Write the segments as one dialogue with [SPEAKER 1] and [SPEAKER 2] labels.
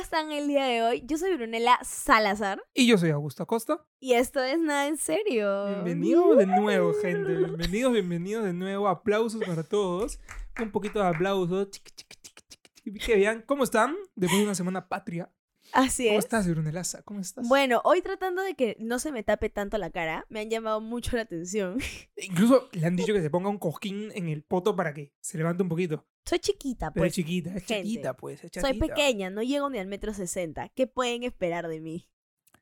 [SPEAKER 1] están el día de hoy? Yo soy Brunella Salazar
[SPEAKER 2] Y yo soy Augusto Acosta.
[SPEAKER 1] y esto es nada en serio. Ah.
[SPEAKER 2] Bienvenidos de nuevo, gente. Bienvenidos, bienvenidos de nuevo. Aplausos para todos. Un poquito de aplausos. Chiqui, chiqui, chiqui, chiqui. Que vean cómo están después de una semana patria.
[SPEAKER 1] Así
[SPEAKER 2] ¿Cómo
[SPEAKER 1] es.
[SPEAKER 2] estás, Brunelaza? ¿Cómo estás?
[SPEAKER 1] Bueno, hoy tratando de que no se me tape tanto la cara, me han llamado mucho la atención.
[SPEAKER 2] Incluso le han dicho que se ponga un cojín en el poto para que se levante un poquito.
[SPEAKER 1] Soy chiquita,
[SPEAKER 2] Pero es
[SPEAKER 1] pues.
[SPEAKER 2] chiquita, es
[SPEAKER 1] gente,
[SPEAKER 2] chiquita, pues. es
[SPEAKER 1] Soy
[SPEAKER 2] chatita.
[SPEAKER 1] pequeña, no llego ni al metro sesenta. ¿Qué pueden esperar de mí?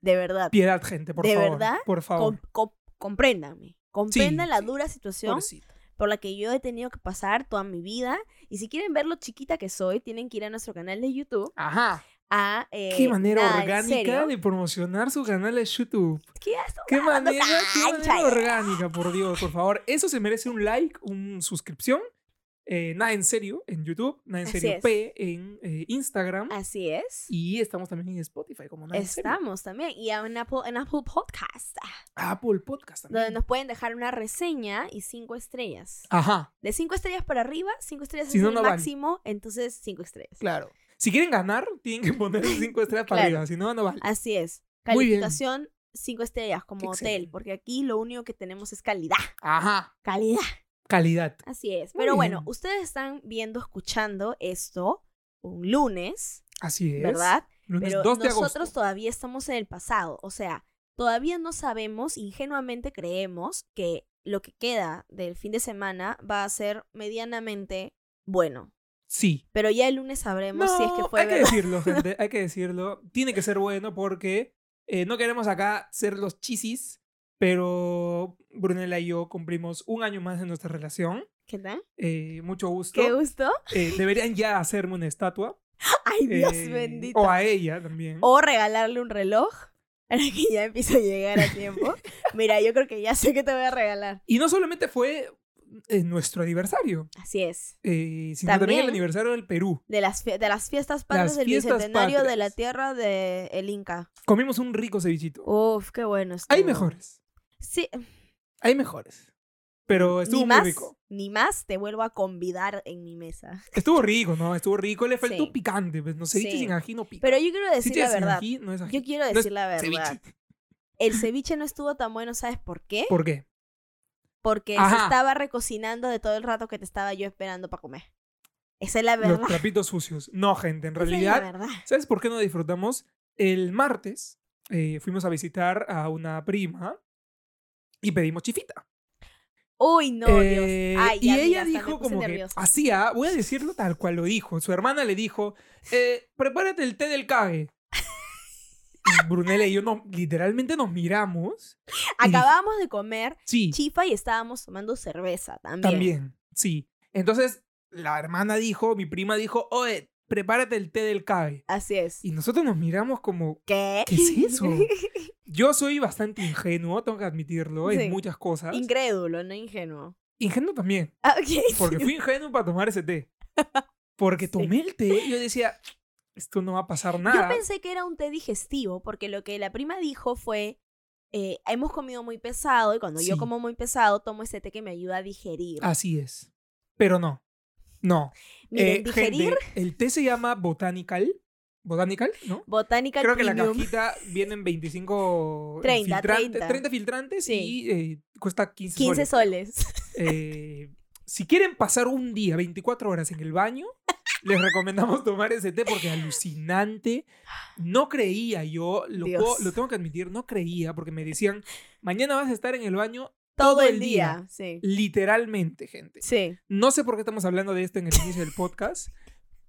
[SPEAKER 1] De verdad.
[SPEAKER 2] Piedad, gente, por
[SPEAKER 1] ¿De
[SPEAKER 2] favor.
[SPEAKER 1] verdad?
[SPEAKER 2] Por favor.
[SPEAKER 1] Com- com- compréndanme. Comprendan la
[SPEAKER 2] sí.
[SPEAKER 1] dura situación
[SPEAKER 2] Pobrecita.
[SPEAKER 1] por la que yo he tenido que pasar toda mi vida. Y si quieren ver lo chiquita que soy, tienen que ir a nuestro canal de YouTube.
[SPEAKER 2] Ajá.
[SPEAKER 1] A, eh,
[SPEAKER 2] Qué manera
[SPEAKER 1] Nada en
[SPEAKER 2] orgánica
[SPEAKER 1] Serio.
[SPEAKER 2] de promocionar su canal de YouTube.
[SPEAKER 1] ¿Qué haces?
[SPEAKER 2] Qué
[SPEAKER 1] grabando
[SPEAKER 2] manera, qué
[SPEAKER 1] cancha,
[SPEAKER 2] manera
[SPEAKER 1] ya.
[SPEAKER 2] orgánica, por Dios, por favor. Eso se merece un like, una suscripción. Eh, nada en serio en YouTube, nada en
[SPEAKER 1] Así
[SPEAKER 2] serio
[SPEAKER 1] es.
[SPEAKER 2] P en eh, Instagram.
[SPEAKER 1] Así es.
[SPEAKER 2] Y estamos también en Spotify, como nada en serio.
[SPEAKER 1] Estamos también. Y en Apple, en Apple Podcast, ah,
[SPEAKER 2] Apple Podcast
[SPEAKER 1] donde
[SPEAKER 2] también.
[SPEAKER 1] nos pueden dejar una reseña y cinco estrellas.
[SPEAKER 2] Ajá,
[SPEAKER 1] De cinco estrellas para arriba, cinco estrellas
[SPEAKER 2] Ah. Si
[SPEAKER 1] es
[SPEAKER 2] no,
[SPEAKER 1] el
[SPEAKER 2] no van.
[SPEAKER 1] máximo, entonces cinco estrellas.
[SPEAKER 2] claro. Si quieren ganar, tienen que poner cinco estrellas para
[SPEAKER 1] Claro.
[SPEAKER 2] arriba, si no, no vale.
[SPEAKER 1] Así es.
[SPEAKER 2] Muy bien.
[SPEAKER 1] Calificación cinco estrellas como hotel,
[SPEAKER 2] Excelente.
[SPEAKER 1] porque aquí lo único que tenemos es calidad.
[SPEAKER 2] Ajá,
[SPEAKER 1] Calidad.
[SPEAKER 2] calidad.
[SPEAKER 1] Así es.
[SPEAKER 2] Muy
[SPEAKER 1] Pero bueno,
[SPEAKER 2] bien.
[SPEAKER 1] ustedes están viendo, escuchando esto un lunes,
[SPEAKER 2] Así es.
[SPEAKER 1] ¿verdad?
[SPEAKER 2] Lunes
[SPEAKER 1] Pero
[SPEAKER 2] 2 de
[SPEAKER 1] nosotros
[SPEAKER 2] agosto.
[SPEAKER 1] todavía estamos en el pasado, o sea, todavía no sabemos, ingenuamente creemos que lo que queda del fin de semana va a ser medianamente bueno.
[SPEAKER 2] Sí.
[SPEAKER 1] Pero ya el lunes sabremos si es que
[SPEAKER 2] No,
[SPEAKER 1] fue
[SPEAKER 2] hay que
[SPEAKER 1] verdad.
[SPEAKER 2] decirlo, gente, hay que decirlo. Tiene que ser bueno porque eh, no queremos acá ser los chisis, pero Brunella y yo cumplimos un año más de nuestra relación.
[SPEAKER 1] ¿Qué tal?
[SPEAKER 2] Eh, mucho gusto.
[SPEAKER 1] ¿Qué gusto?
[SPEAKER 2] Eh, deberían ya hacerme una estatua.
[SPEAKER 1] Ay, Dios
[SPEAKER 2] eh,
[SPEAKER 1] bendito.
[SPEAKER 2] O
[SPEAKER 1] O,
[SPEAKER 2] a ella también.
[SPEAKER 1] regalarle un reloj para que ya empiece a llegar a tiempo. Mira, yo creo que ya sé que te voy a regalar.
[SPEAKER 2] Y no solamente fue eh, nuestro aniversario,
[SPEAKER 1] Así es.
[SPEAKER 2] eh, sino también,
[SPEAKER 1] También.
[SPEAKER 2] el aniversario del Perú.
[SPEAKER 1] De las, fie- de las fiestas patrias
[SPEAKER 2] Las
[SPEAKER 1] del
[SPEAKER 2] fiestas
[SPEAKER 1] bicentenario de la
[SPEAKER 2] patrias.
[SPEAKER 1] tierra del el Inca.
[SPEAKER 2] Comimos un rico cevichito.
[SPEAKER 1] Uf, qué bueno.
[SPEAKER 2] Hay
[SPEAKER 1] estuvo.
[SPEAKER 2] mejores,
[SPEAKER 1] Sí,
[SPEAKER 2] hay mejores. Pero estuvo
[SPEAKER 1] ni
[SPEAKER 2] muy
[SPEAKER 1] más,
[SPEAKER 2] rico.
[SPEAKER 1] Ni más te vuelvo a convidar en mi mesa.
[SPEAKER 2] Estuvo rico, ¿no? Estuvo rico. Le faltó
[SPEAKER 1] Sí.
[SPEAKER 2] un picante. Pues, no ceviche
[SPEAKER 1] Sí.
[SPEAKER 2] sin ají no pica.
[SPEAKER 1] Pero yo quiero decir
[SPEAKER 2] Ceviche
[SPEAKER 1] la
[SPEAKER 2] sin
[SPEAKER 1] verdad.
[SPEAKER 2] ají no es ají.
[SPEAKER 1] Yo quiero
[SPEAKER 2] es
[SPEAKER 1] decir la verdad.
[SPEAKER 2] Ceviche.
[SPEAKER 1] El ceviche no estuvo tan bueno, ¿sabes por qué?
[SPEAKER 2] ¿Por qué?
[SPEAKER 1] Porque se
[SPEAKER 2] Ajá.
[SPEAKER 1] estaba recocinando de todo el rato que te estaba yo esperando para comer. Esa es la verdad.
[SPEAKER 2] Los trapitos sucios. No, gente. En
[SPEAKER 1] Esa es la
[SPEAKER 2] realidad,
[SPEAKER 1] verdad.
[SPEAKER 2] ¿sabes por qué no disfrutamos? El martes eh, fuimos a visitar a una prima y pedimos chifita.
[SPEAKER 1] Uy, no,
[SPEAKER 2] Eh,
[SPEAKER 1] Dios. Ay,
[SPEAKER 2] y
[SPEAKER 1] ya, mira,
[SPEAKER 2] ella
[SPEAKER 1] hasta me
[SPEAKER 2] dijo
[SPEAKER 1] puse
[SPEAKER 2] como que
[SPEAKER 1] nerviosa.
[SPEAKER 2] hacía, voy a decirlo tal cual lo dijo. Su hermana le dijo, eh, prepárate el té del cague. Y Brunella y yo no, literalmente nos miramos. y dije-
[SPEAKER 1] Acabamos de comer
[SPEAKER 2] Sí.
[SPEAKER 1] chifa y estábamos tomando cerveza también.
[SPEAKER 2] También, sí. Entonces, la hermana dijo, mi prima dijo, oye, prepárate el té del cabe.
[SPEAKER 1] Así es.
[SPEAKER 2] Y nosotros nos miramos como,
[SPEAKER 1] ¿Qué?
[SPEAKER 2] ¿qué es eso? Yo soy bastante ingenuo, tengo que admitirlo,
[SPEAKER 1] Sí.
[SPEAKER 2] en muchas cosas.
[SPEAKER 1] Incrédulo, no ingenuo.
[SPEAKER 2] ingenuo también,
[SPEAKER 1] Ah, ok.
[SPEAKER 2] porque fui ingenuo para tomar ese té. Porque tomé el té y yo decía, esto no va a pasar
[SPEAKER 1] Yo
[SPEAKER 2] nada.
[SPEAKER 1] pensé que era un té digestivo, porque lo que la prima dijo fue, eh, hemos comido muy pesado y cuando yo
[SPEAKER 2] Sí. Ah,
[SPEAKER 1] como muy pesado tomo ese té que me ayuda a digerir.
[SPEAKER 2] Así es. Pero no, no.
[SPEAKER 1] Miren,
[SPEAKER 2] Eh,
[SPEAKER 1] digerir,
[SPEAKER 2] gente, el té se llama Botanical. Botanical, ¿no?
[SPEAKER 1] botánica
[SPEAKER 2] Creo que la
[SPEAKER 1] premium.
[SPEAKER 2] cajita vienen 25
[SPEAKER 1] 30,
[SPEAKER 2] filtrantes,
[SPEAKER 1] 30.
[SPEAKER 2] 30. filtrantes
[SPEAKER 1] Sí.
[SPEAKER 2] y eh, cuesta 15,
[SPEAKER 1] 15
[SPEAKER 2] soles.
[SPEAKER 1] soles.
[SPEAKER 2] Eh, si quieren pasar un día, 24 horas en el baño, les recomendamos tomar ese té porque alucinante. No creía yo, lo,
[SPEAKER 1] Dios.
[SPEAKER 2] puedo- lo tengo que admitir, no creía porque me decían, mañana vas a estar en el baño
[SPEAKER 1] Todo el día. Sí.
[SPEAKER 2] Literalmente, gente.
[SPEAKER 1] Sí.
[SPEAKER 2] No sé por qué estamos hablando de esto en el inicio del podcast,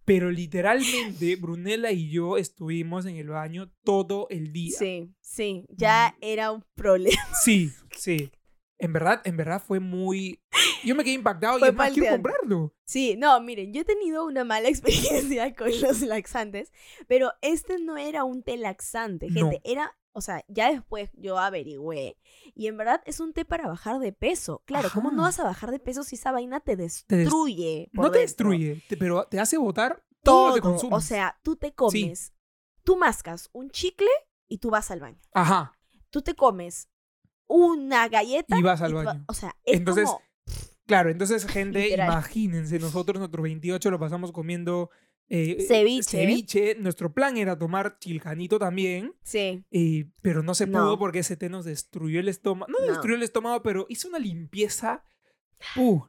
[SPEAKER 2] pero literalmente Brunella y yo estuvimos en el baño todo el día.
[SPEAKER 1] Sí, sí, ya
[SPEAKER 2] Mm.
[SPEAKER 1] era un problema.
[SPEAKER 2] Sí, sí. En verdad, en verdad fue muy... Yo me quedé impactado
[SPEAKER 1] Fue
[SPEAKER 2] y además quiero
[SPEAKER 1] palteante.
[SPEAKER 2] comprarlo.
[SPEAKER 1] Sí, no, miren, yo he tenido una mala experiencia con los laxantes, pero este no era un té laxante,
[SPEAKER 2] No.
[SPEAKER 1] gente, era, o sea, ya después yo averigüé y en verdad es un té para bajar de peso. Claro, ¿cómo no
[SPEAKER 2] Ajá.
[SPEAKER 1] vas a bajar de peso si esa vaina te
[SPEAKER 2] des-
[SPEAKER 1] destruye? por
[SPEAKER 2] No te
[SPEAKER 1] dentro?
[SPEAKER 2] destruye, te- pero te hace botar todo,
[SPEAKER 1] todo,
[SPEAKER 2] lo que consumes.
[SPEAKER 1] o sea, tú te comes, tú mascas un chicle y tú vas al baño.
[SPEAKER 2] Ajá,
[SPEAKER 1] Tú te comes una galleta
[SPEAKER 2] y vas al
[SPEAKER 1] tú va-
[SPEAKER 2] baño.
[SPEAKER 1] o sea, es
[SPEAKER 2] Entonces,
[SPEAKER 1] como
[SPEAKER 2] Claro, entonces, gente,
[SPEAKER 1] Literal.
[SPEAKER 2] imagínense, nosotros nuestros 28 lo pasamos comiendo eh,
[SPEAKER 1] Ceviche.
[SPEAKER 2] ceviche. Nuestro plan era tomar chilcanito también,
[SPEAKER 1] Sí.
[SPEAKER 2] eh, pero no se
[SPEAKER 1] No.
[SPEAKER 2] pudo porque ese té nos destruyó el estómago. No, nos
[SPEAKER 1] No.
[SPEAKER 2] destruyó el estómago, pero hizo una limpieza. Uh,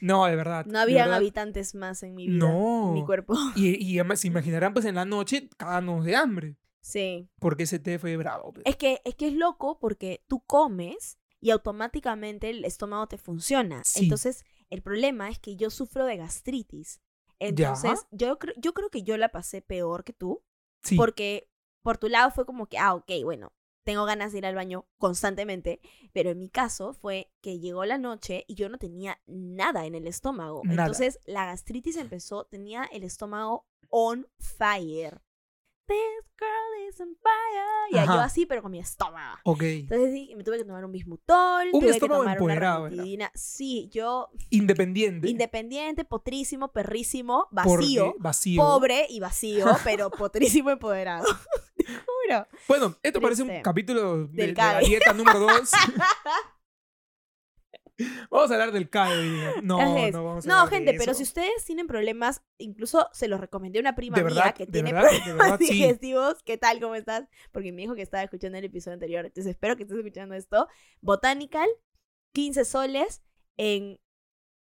[SPEAKER 2] no, de verdad.
[SPEAKER 1] No
[SPEAKER 2] de
[SPEAKER 1] habían
[SPEAKER 2] verdad.
[SPEAKER 1] habitantes más en mi vida.
[SPEAKER 2] No.
[SPEAKER 1] en mi cuerpo.
[SPEAKER 2] Y, y además, se imaginarán, pues en la noche, caganos de hambre.
[SPEAKER 1] Sí.
[SPEAKER 2] Porque ese té fue bravo. pues.
[SPEAKER 1] Es que, es que es loco porque tú comes y automáticamente el estómago te funciona.
[SPEAKER 2] Sí.
[SPEAKER 1] Entonces, el problema es que yo sufro de gastritis.
[SPEAKER 2] Ya.
[SPEAKER 1] Entonces, yo, creo- yo creo que yo la pasé peor que tú.
[SPEAKER 2] Sí,
[SPEAKER 1] Porque por tu lado fue como que, ah, ok, bueno, tengo ganas de ir al baño constantemente. Pero en mi caso fue que llegó la noche y yo no tenía nada en el estómago.
[SPEAKER 2] Nada.
[SPEAKER 1] Entonces la gastritis empezó, tenía el estómago on fire. This girl is on fire. Y yo
[SPEAKER 2] Ajá.
[SPEAKER 1] así, pero con mi estómago.
[SPEAKER 2] ok.
[SPEAKER 1] Entonces dije, me tuve que tomar un bismutol,
[SPEAKER 2] Un
[SPEAKER 1] tuve que
[SPEAKER 2] estómago
[SPEAKER 1] tomar
[SPEAKER 2] empoderado,
[SPEAKER 1] una
[SPEAKER 2] ¿verdad?
[SPEAKER 1] ranitidina. Sí, yo
[SPEAKER 2] Independiente.
[SPEAKER 1] independiente, potrísimo, perrísimo,
[SPEAKER 2] porque-
[SPEAKER 1] vacío
[SPEAKER 2] Vacío.
[SPEAKER 1] pobre y vacío, pero potrísimo empoderado. Te juro.
[SPEAKER 2] Bueno, esto parece un
[SPEAKER 1] Triste.
[SPEAKER 2] capítulo de,
[SPEAKER 1] Del
[SPEAKER 2] de la
[SPEAKER 1] CAE.
[SPEAKER 2] dieta número 2. vamos a hablar del CAE. hoy día. No,
[SPEAKER 1] Así es.
[SPEAKER 2] no vamos a
[SPEAKER 1] No,
[SPEAKER 2] hablar de
[SPEAKER 1] gente, pero
[SPEAKER 2] eso.
[SPEAKER 1] si ustedes tienen problemas, incluso se los recomendé a una prima
[SPEAKER 2] De
[SPEAKER 1] mía
[SPEAKER 2] verdad,
[SPEAKER 1] que
[SPEAKER 2] de
[SPEAKER 1] tiene
[SPEAKER 2] verdad, de
[SPEAKER 1] problemas
[SPEAKER 2] verdad, sí.
[SPEAKER 1] digestivos. ¿Qué tal? ¿Cómo estás? Porque me dijo que estaba escuchando el episodio anterior, entonces espero que estés escuchando esto. Botanical, 15 soles en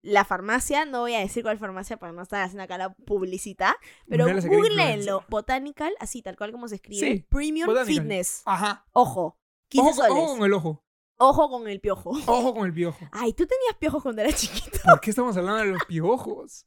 [SPEAKER 1] la farmacia. No voy a decir cuál farmacia para no estar haciendo acá la publicita, pero
[SPEAKER 2] Una de las que era
[SPEAKER 1] googleenlo.
[SPEAKER 2] influencer.
[SPEAKER 1] Botanical, así tal cual como se escribe.
[SPEAKER 2] Sí,
[SPEAKER 1] Premium
[SPEAKER 2] Botanical.
[SPEAKER 1] Fitness.
[SPEAKER 2] Ajá.
[SPEAKER 1] Ojo, 15
[SPEAKER 2] Ojo, con-
[SPEAKER 1] soles.
[SPEAKER 2] ojo con el ojo.
[SPEAKER 1] Ojo con el piojo.
[SPEAKER 2] Ojo con el piojo.
[SPEAKER 1] Ay, tú tenías piojos cuando eras chiquito.
[SPEAKER 2] ¿Por qué estamos hablando de los piojos?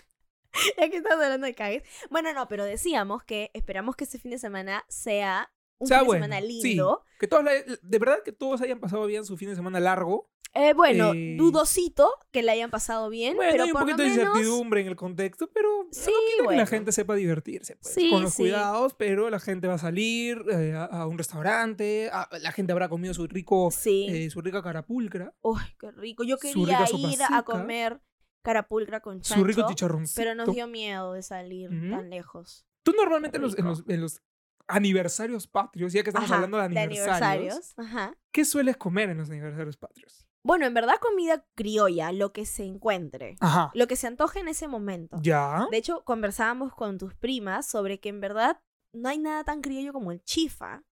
[SPEAKER 1] Ya que estás hablando de cagues. Bueno, no, pero decíamos que esperamos que este fin de semana sea un
[SPEAKER 2] sea,
[SPEAKER 1] fin
[SPEAKER 2] bueno,
[SPEAKER 1] de semana
[SPEAKER 2] sí.
[SPEAKER 1] lindo.
[SPEAKER 2] Que todos la- de verdad que todos hayan pasado bien su fin de semana largo.
[SPEAKER 1] Eh, bueno,
[SPEAKER 2] Eh,
[SPEAKER 1] dudosito que la hayan pasado bien,
[SPEAKER 2] Bueno,
[SPEAKER 1] pero
[SPEAKER 2] hay un
[SPEAKER 1] por
[SPEAKER 2] poquito
[SPEAKER 1] lo
[SPEAKER 2] de
[SPEAKER 1] menos.
[SPEAKER 2] incertidumbre en el contexto, pero
[SPEAKER 1] Sí,
[SPEAKER 2] quiero que
[SPEAKER 1] bueno.
[SPEAKER 2] la gente sepa divertirse. pues,
[SPEAKER 1] Sí,
[SPEAKER 2] con los
[SPEAKER 1] sí.
[SPEAKER 2] cuidados, pero la gente va a salir eh, a, a un restaurante, a- la gente habrá comido su rico
[SPEAKER 1] Sí.
[SPEAKER 2] eh, su rica carapulcra,
[SPEAKER 1] Uy, qué rico. Yo
[SPEAKER 2] su
[SPEAKER 1] quería
[SPEAKER 2] rica
[SPEAKER 1] ir
[SPEAKER 2] sopacita.
[SPEAKER 1] a comer carapulcra con
[SPEAKER 2] su rico
[SPEAKER 1] chancho,
[SPEAKER 2] chicharroncito.
[SPEAKER 1] pero nos dio miedo de salir
[SPEAKER 2] Ujú.
[SPEAKER 1] tan lejos.
[SPEAKER 2] Tú normalmente en los, en
[SPEAKER 1] rico.
[SPEAKER 2] los- en los aniversarios patrios, ya que estamos
[SPEAKER 1] Ajá,
[SPEAKER 2] hablando de aniversarios,
[SPEAKER 1] aniversarios, Ajá.
[SPEAKER 2] ¿qué sueles comer en los aniversarios patrios?
[SPEAKER 1] Bueno, en verdad comida criolla, lo que se encuentre,
[SPEAKER 2] Ajá.
[SPEAKER 1] lo que se antoje en ese momento.
[SPEAKER 2] ¿Ya?
[SPEAKER 1] De hecho, conversábamos con tus primas sobre que en verdad no hay nada tan criollo como el chifa.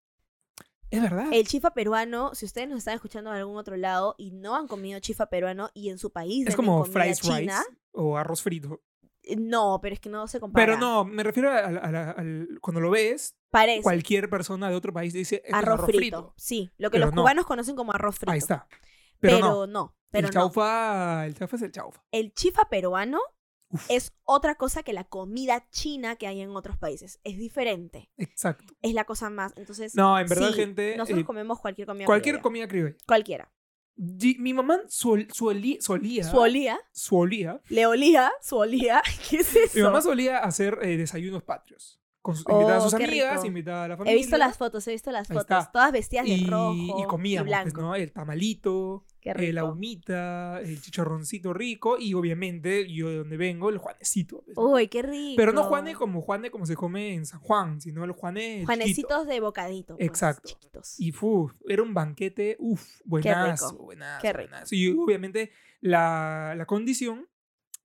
[SPEAKER 2] Es verdad.
[SPEAKER 1] El chifa peruano, si ustedes nos están escuchando de algún otro lado y no han comido chifa peruano y en su país venden
[SPEAKER 2] es como
[SPEAKER 1] comida
[SPEAKER 2] fries
[SPEAKER 1] china,
[SPEAKER 2] rice o arroz frito.
[SPEAKER 1] eh, no, pero es que no se compara.
[SPEAKER 2] Pero no, me refiero a, la- a la- al- cuando lo ves,
[SPEAKER 1] parece
[SPEAKER 2] cualquier persona de otro país dice "Esto es
[SPEAKER 1] arroz, frito.
[SPEAKER 2] frito.
[SPEAKER 1] Sí, lo que
[SPEAKER 2] Pero
[SPEAKER 1] los
[SPEAKER 2] no.
[SPEAKER 1] cubanos conocen como arroz frito.
[SPEAKER 2] Ahí está. Pero,
[SPEAKER 1] Pero,
[SPEAKER 2] no,
[SPEAKER 1] no, pero
[SPEAKER 2] el
[SPEAKER 1] no.
[SPEAKER 2] chaufa, el chaufa es el chaufa.
[SPEAKER 1] El chifa peruano
[SPEAKER 2] Uf.
[SPEAKER 1] es otra cosa que la comida china que hay en otros países. Es diferente.
[SPEAKER 2] Exacto.
[SPEAKER 1] Es la cosa más. Entonces,
[SPEAKER 2] No, en verdad,
[SPEAKER 1] sí,
[SPEAKER 2] gente,
[SPEAKER 1] nosotros
[SPEAKER 2] eh,
[SPEAKER 1] comemos cualquier comida.
[SPEAKER 2] cualquier
[SPEAKER 1] criolla.
[SPEAKER 2] comida criolla.
[SPEAKER 1] Cualquiera.
[SPEAKER 2] Di- Mi mamá sol- sueli- solía,
[SPEAKER 1] Su olía,
[SPEAKER 2] solía-
[SPEAKER 1] le olía, su olía. ¿Qué es eso?
[SPEAKER 2] mi mamá solía hacer eh, desayunos patrios. Con su-
[SPEAKER 1] Oh,
[SPEAKER 2] invitaba a sus
[SPEAKER 1] qué
[SPEAKER 2] amigas,
[SPEAKER 1] rico.
[SPEAKER 2] invitaba a la familia.
[SPEAKER 1] He visto las fotos, he visto las
[SPEAKER 2] Ahí
[SPEAKER 1] fotos.
[SPEAKER 2] está.
[SPEAKER 1] Todas vestidas de
[SPEAKER 2] y,
[SPEAKER 1] rojo.
[SPEAKER 2] y comíamos, pues,
[SPEAKER 1] blanco.
[SPEAKER 2] ¿no? El tamalito,
[SPEAKER 1] Qué
[SPEAKER 2] eh, la
[SPEAKER 1] rico.
[SPEAKER 2] humita, el chicharroncito rico y obviamente yo de donde vengo, el juanecito. pues, ¿no?
[SPEAKER 1] Uy, qué rico.
[SPEAKER 2] Pero no juane como juane como se come en San Juan, sino el juane chiquito.
[SPEAKER 1] Juanecitos de bocadito. pues,
[SPEAKER 2] Exacto.
[SPEAKER 1] chiquitos.
[SPEAKER 2] Y fu, era un banquete, uff, buenazo,
[SPEAKER 1] rico,
[SPEAKER 2] buenazo,
[SPEAKER 1] qué rico.
[SPEAKER 2] buenazo. Y obviamente la, la condición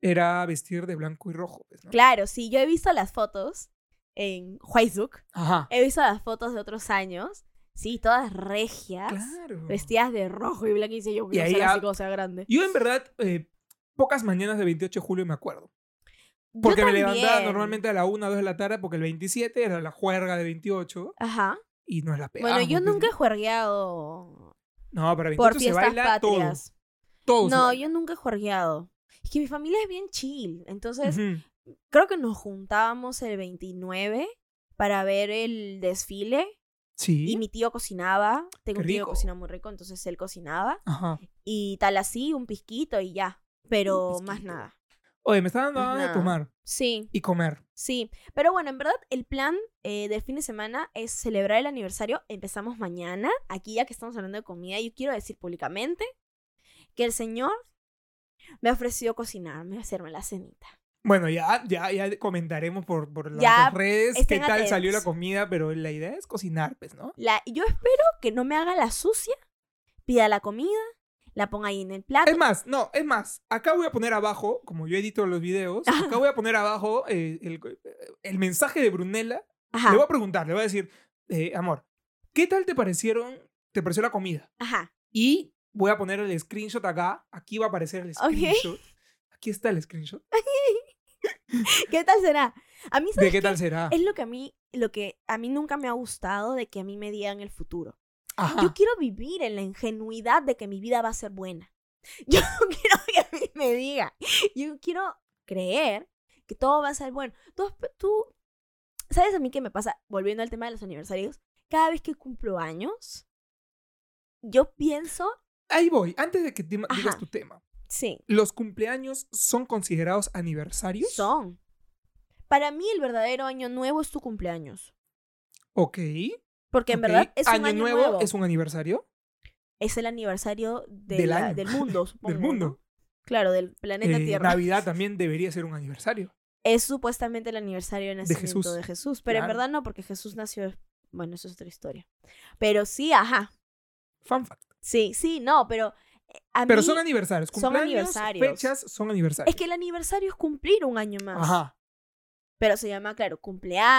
[SPEAKER 2] era vestir de blanco y rojo, pues, ¿no?
[SPEAKER 1] Claro, sí, yo he visto las fotos en Huaizuk.
[SPEAKER 2] Ajá.
[SPEAKER 1] He visto las fotos de otros años. Sí, todas regias.
[SPEAKER 2] Claro.
[SPEAKER 1] Vestidas de rojo y blanco. Y dice yo,
[SPEAKER 2] Y
[SPEAKER 1] quiero
[SPEAKER 2] ahí
[SPEAKER 1] ser
[SPEAKER 2] ya-
[SPEAKER 1] así como sea grande.
[SPEAKER 2] Yo en verdad, eh, pocas mañanas de 28 de julio me acuerdo. Porque
[SPEAKER 1] yo
[SPEAKER 2] me levantaba
[SPEAKER 1] también.
[SPEAKER 2] normalmente a la 1, 2 de la tarde, porque el 27 era la juerga de 28
[SPEAKER 1] Ajá.
[SPEAKER 2] y nos la pegamos.
[SPEAKER 1] Bueno, yo
[SPEAKER 2] pues,
[SPEAKER 1] nunca he
[SPEAKER 2] ¿no?
[SPEAKER 1] juergueado
[SPEAKER 2] No, para
[SPEAKER 1] por
[SPEAKER 2] 28 se
[SPEAKER 1] fiestas
[SPEAKER 2] baila todo.
[SPEAKER 1] patrias.
[SPEAKER 2] todo se
[SPEAKER 1] No,
[SPEAKER 2] baila.
[SPEAKER 1] yo nunca he jorgeado. Es que mi familia es bien chill. Entonces,
[SPEAKER 2] Ujú.
[SPEAKER 1] creo que nos juntábamos el 29 para ver el desfile.
[SPEAKER 2] Sí.
[SPEAKER 1] Y mi tío cocinaba. Tengo
[SPEAKER 2] Qué
[SPEAKER 1] un tío
[SPEAKER 2] rico.
[SPEAKER 1] que cocina muy rico, entonces él cocinaba.
[SPEAKER 2] Ajá.
[SPEAKER 1] Y tal así, un pisquito y ya. Pero
[SPEAKER 2] Un
[SPEAKER 1] más
[SPEAKER 2] pisquito.
[SPEAKER 1] nada.
[SPEAKER 2] Oye, me están dando
[SPEAKER 1] Más
[SPEAKER 2] ganas de
[SPEAKER 1] Pues nada.
[SPEAKER 2] tomar
[SPEAKER 1] Sí,
[SPEAKER 2] y comer.
[SPEAKER 1] sí. Pero bueno, en verdad, el plan eh, del fin de semana es celebrar el aniversario. Empezamos mañana. Aquí ya que estamos hablando de comida, yo quiero decir públicamente que el señor me ofreció cocinarme, hacerme la cenita.
[SPEAKER 2] Bueno, ya, ya, ya comentaremos por, por las
[SPEAKER 1] Ya,
[SPEAKER 2] otras redes qué
[SPEAKER 1] estén
[SPEAKER 2] tal salió la
[SPEAKER 1] atentos.
[SPEAKER 2] comida, pero la idea es cocinar, pues, ¿no?
[SPEAKER 1] La, yo espero que no me haga la sucia, pida la comida la ponga ahí en el plato.
[SPEAKER 2] Es más, no, es más, acá voy a poner abajo, como yo edito los videos, acá voy a poner abajo eh, el, el mensaje de Brunella.
[SPEAKER 1] Ajá,
[SPEAKER 2] Le voy a preguntar, le voy a decir, eh, amor, ¿qué tal te parecieron, te pareció la comida?
[SPEAKER 1] ajá.
[SPEAKER 2] Y voy a poner el screenshot acá. Aquí va a aparecer el
[SPEAKER 1] Ok.
[SPEAKER 2] screenshot. Aquí está el screenshot.
[SPEAKER 1] ¿Qué tal será? A mí
[SPEAKER 2] ¿De qué tal será?
[SPEAKER 1] es lo que a mí, lo que a mí nunca me ha gustado de que a mí me digan el futuro. Yo
[SPEAKER 2] Ajá.
[SPEAKER 1] quiero vivir en la ingenuidad de que mi vida va a ser buena. Yo no quiero que a mí me digan. Yo quiero creer que todo va a ser bueno. Tú, has pe- tú- ¿sabes a mí qué me pasa? Volviendo al tema de los aniversarios, cada vez que cumplo años, yo pienso,
[SPEAKER 2] Ahí voy. Antes de que te-
[SPEAKER 1] Ajá.
[SPEAKER 2] digas tu tema.
[SPEAKER 1] sí,
[SPEAKER 2] ¿Los cumpleaños son considerados aniversarios?
[SPEAKER 1] son. Para mí el verdadero año nuevo es tu cumpleaños.
[SPEAKER 2] Ok.
[SPEAKER 1] Porque en
[SPEAKER 2] ok.
[SPEAKER 1] verdad es un año nuevo.
[SPEAKER 2] es un aniversario.
[SPEAKER 1] es el aniversario de
[SPEAKER 2] Del
[SPEAKER 1] la-
[SPEAKER 2] año.
[SPEAKER 1] del mundo. supongo,
[SPEAKER 2] Del
[SPEAKER 1] ¿no?
[SPEAKER 2] mundo.
[SPEAKER 1] Claro, del planeta
[SPEAKER 2] Eh,
[SPEAKER 1] Tierra.
[SPEAKER 2] Navidad también debería ser un aniversario.
[SPEAKER 1] Es supuestamente el aniversario de nacimiento de Jesús.
[SPEAKER 2] Jesús.
[SPEAKER 1] pero en
[SPEAKER 2] Claro.
[SPEAKER 1] verdad no, porque Jesús nació. Bueno, eso es otra historia. Pero sí, ajá.
[SPEAKER 2] Fun fact.
[SPEAKER 1] Sí, sí, no, pero. eh, A
[SPEAKER 2] Pero
[SPEAKER 1] mí-
[SPEAKER 2] son aniversarios.
[SPEAKER 1] son
[SPEAKER 2] Cumpleaños,
[SPEAKER 1] aniversarios.
[SPEAKER 2] fechas son aniversarios.
[SPEAKER 1] Es que el aniversario es cumplir un año más.
[SPEAKER 2] Ajá.
[SPEAKER 1] Pero se llama, claro,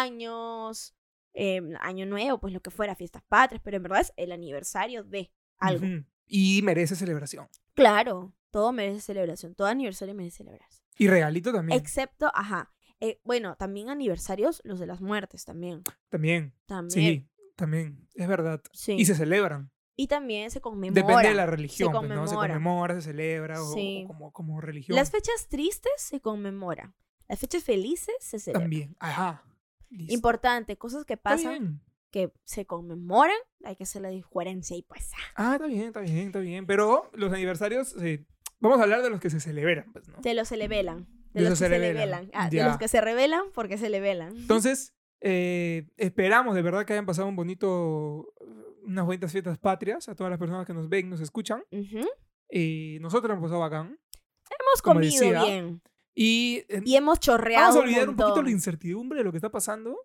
[SPEAKER 1] cumpleaños, eh, año nuevo, pues lo que fuera, fiestas patrias, pero en verdad es el aniversario de algo.
[SPEAKER 2] Ujú. Y merece celebración.
[SPEAKER 1] Claro, todo merece celebración, todo aniversario merece celebrarse.
[SPEAKER 2] Y regalito también.
[SPEAKER 1] Excepto, ajá. eh, bueno, también aniversarios, los de las muertes también.
[SPEAKER 2] también.
[SPEAKER 1] También.
[SPEAKER 2] Sí, también. Es verdad.
[SPEAKER 1] Sí.
[SPEAKER 2] Y se celebran.
[SPEAKER 1] Y también se conmemora.
[SPEAKER 2] Depende de la religión, pues, ¿no? Se
[SPEAKER 1] conmemora.
[SPEAKER 2] conmemora, se celebra, o,
[SPEAKER 1] Sí.
[SPEAKER 2] o como, como religión
[SPEAKER 1] Las fechas tristes se conmemoran. Las fechas felices se celebran.
[SPEAKER 2] también. Ajá. Listo.
[SPEAKER 1] Importante, cosas que
[SPEAKER 2] Está
[SPEAKER 1] pasan
[SPEAKER 2] bien.
[SPEAKER 1] que se conmemoran, hay que hacer la diferencia y pues. ah,
[SPEAKER 2] Ah, está bien, está bien, está bien. Pero los aniversarios, eh, vamos a hablar de los que se celebran, pues, ¿no?
[SPEAKER 1] De los se le velan. De,
[SPEAKER 2] De
[SPEAKER 1] los
[SPEAKER 2] los
[SPEAKER 1] que
[SPEAKER 2] se
[SPEAKER 1] se
[SPEAKER 2] le
[SPEAKER 1] le
[SPEAKER 2] velan,
[SPEAKER 1] velan. Ah, de
[SPEAKER 2] ya.
[SPEAKER 1] los que se revelan porque se le velan.
[SPEAKER 2] Entonces, eh, esperamos de verdad que hayan pasado un bonito, unas bonitas fiestas patrias a todas las personas que nos ven, nos escuchan.
[SPEAKER 1] Ujú.
[SPEAKER 2] Eh, nosotros hemos pasado bacán.
[SPEAKER 1] Hemos
[SPEAKER 2] Como
[SPEAKER 1] comido
[SPEAKER 2] decía,
[SPEAKER 1] bien.
[SPEAKER 2] Y eh,
[SPEAKER 1] Y hemos chorreado.
[SPEAKER 2] vamos a olvidar un, poquito la
[SPEAKER 1] montón.
[SPEAKER 2] incertidumbre de lo que está pasando